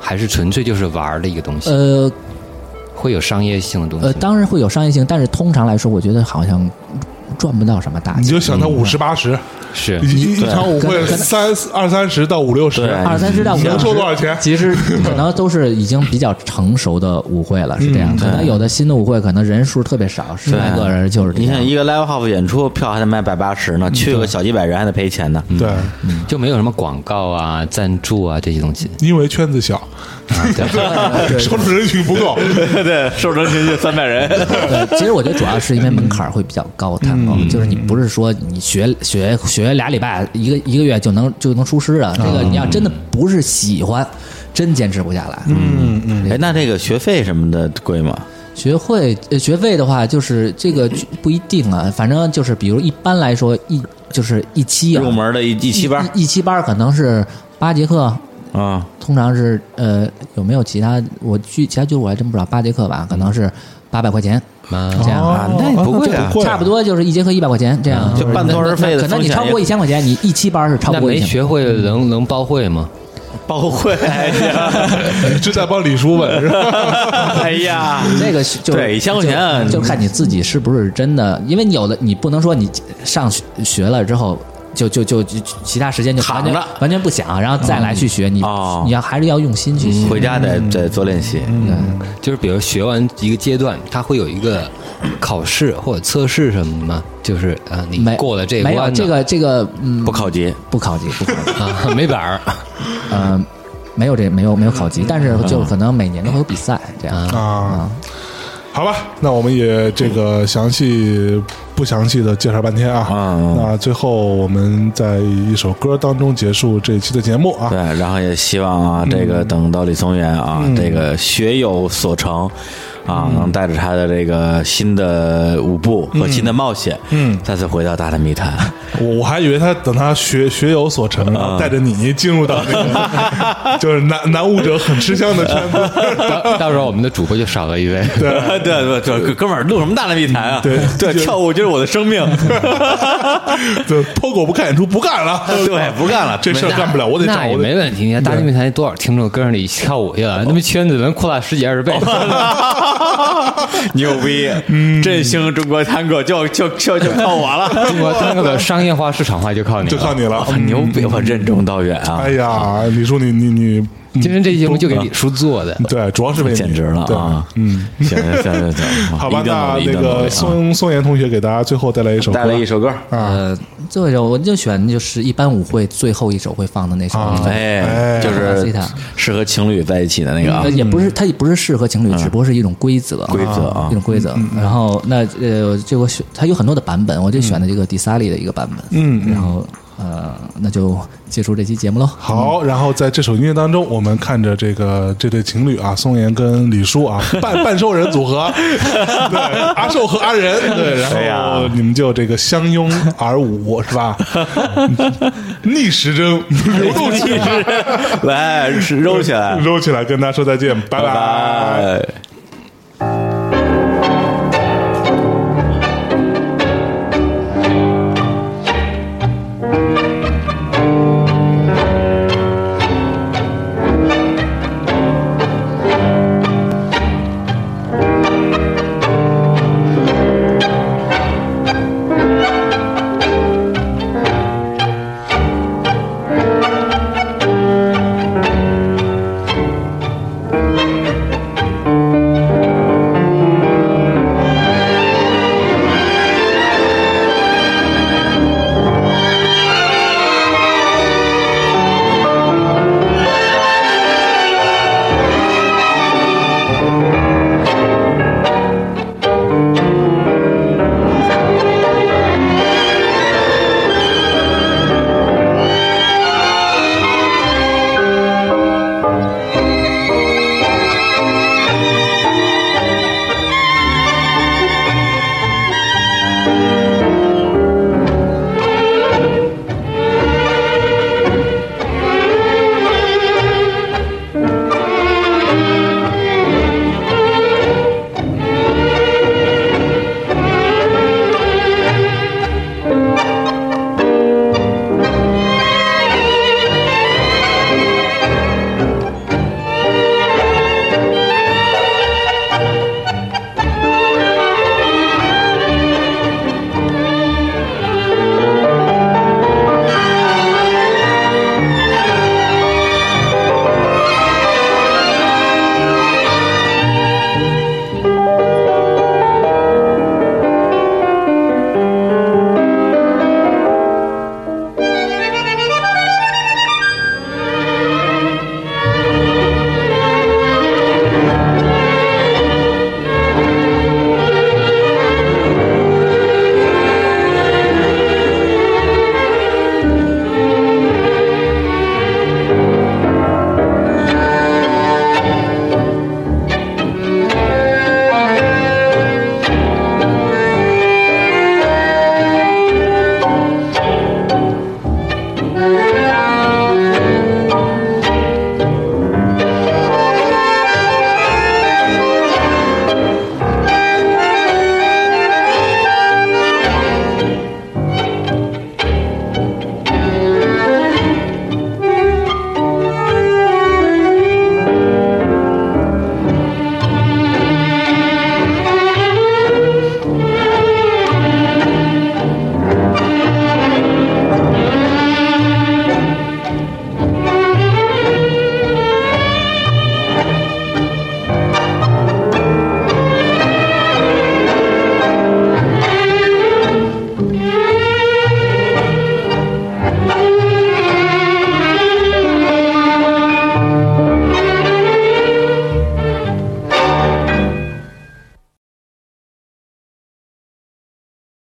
还是纯粹就是玩儿的一个东西？呃会有商业性的东西吗？呃，当然会有商业性，但是通常来说，我觉得好像赚不到什么大你钱就。想他五十八十，是一一场舞会跟跟三二三十到五六十，对二三十到五能六十收多少钱？其实可能都是已经比较成熟的舞会了，是这嗯样。可能有的新的舞会，可能人数特别少，十来个人就是这你样看。一个 live house 演出票还得卖百八十呢，去个小几百人还得赔钱呢。对，嗯就没有什么广告啊、赞助啊这些 东西。啊因为圈子小，收入人群不够。 对，受众群就三百人。对， 其实我觉得主要是因为门槛儿会比较高，探高就是你不是说你学学学俩礼拜、一个一个月就能就能出师啊。这个你要真的不是喜欢，真坚持不下来。嗯嗯，哎，那这个学费什么的贵吗？学会呃学费的话，就是这个不一定啊，反正就是比如一般来说一就是一期啊，入门的一一七班一一期班儿可能是八节课，啊，通常是呃有没有其他我去其他剧我还真不知道，八节课吧，可能是八百块钱这样。哦那也不贵啊啊差不多就是一节课一百块钱这样，就半多托儿费的可能你风险超过一也千块钱，你一期班是超不那过没一千。学会能能包会吗？包会。这在帮李叔问是 吧？ 哎呀，这个是就是对一千块钱啊就就看你自己是不是真的，因为你有的你不能说你上学学了之后。就就就就其他时间就完躺全着完全不想，然后再来去学，你哦嗯你要还是要用心去学。回家得得多练习。嗯就是比如学完一个阶段，他会有一个考试或者测试什么吗？就是啊，你没过了这一没有关这呢个这个嗯不考级，不考级不考级，啊，没板儿。呃没有这没有没有考级，但是嗯就可能每年都会有比赛这样。啊，好吧，那我们也这个详细不详细的介绍半天啊嗯。那最后我们在一首歌当中结束这一期的节目啊对。，然后也希望啊，这个等到李松元啊，这个学有所成啊，能带着他的这个新的舞步和新的冒险，嗯，再次回到大的密谈。我我还以为他等他学学有所成，然啊后带着你进入到那 个就是男男舞者很吃香的圈子。到到时候我们的主播就少了一位。 对对对对，哥们儿录什么大的密谈啊？对 对，就跳舞就是我的生 命。 对，脱口不看演出不干了，对，不干了，这事儿干不了，我得找那也我没得。问题，你看大内密谈多少听众跟上你跳舞去 了，那么圈子能扩大十几二十倍。 牛逼！嗯振兴中国探戈就就就就靠 我了，中国单个的商业化、市场化就靠你就靠了。你了，哦很牛逼！啊我任重道远啊嗯哎！呀，李叔，你你你，嗯今天这期节目就给李叔做的，对，主要是为你简直了对啊！嗯，行 行行行，好吧，一定努那力一那定努力个啊宋宋岩同学给大家最后带来一首歌，带了一首歌，啊呃，最后一首我就选就是一般舞会最后一首会放的那首，啊哎嗯哎，就是哎适合情侣在一起的那个啊呃，也不是它也不是适合情侣，只不过是一种规则，规则啊一种规则。然后那呃，这我选它有很多的版本，我就选的这个迪萨利的一个版本。嗯，然后呃，那就结束这期节目喽。好，嗯然后在这首音乐当中，我们看着这个这对情侣啊，宋妍跟李叔啊，半半兽人组合， 对，阿寿和阿仁，对，哎然后呀你们就这个相拥而舞是吧？ 逆时针， 哎流动起来， 来揉起来， 揉起来，跟大家说再见，拜拜拜。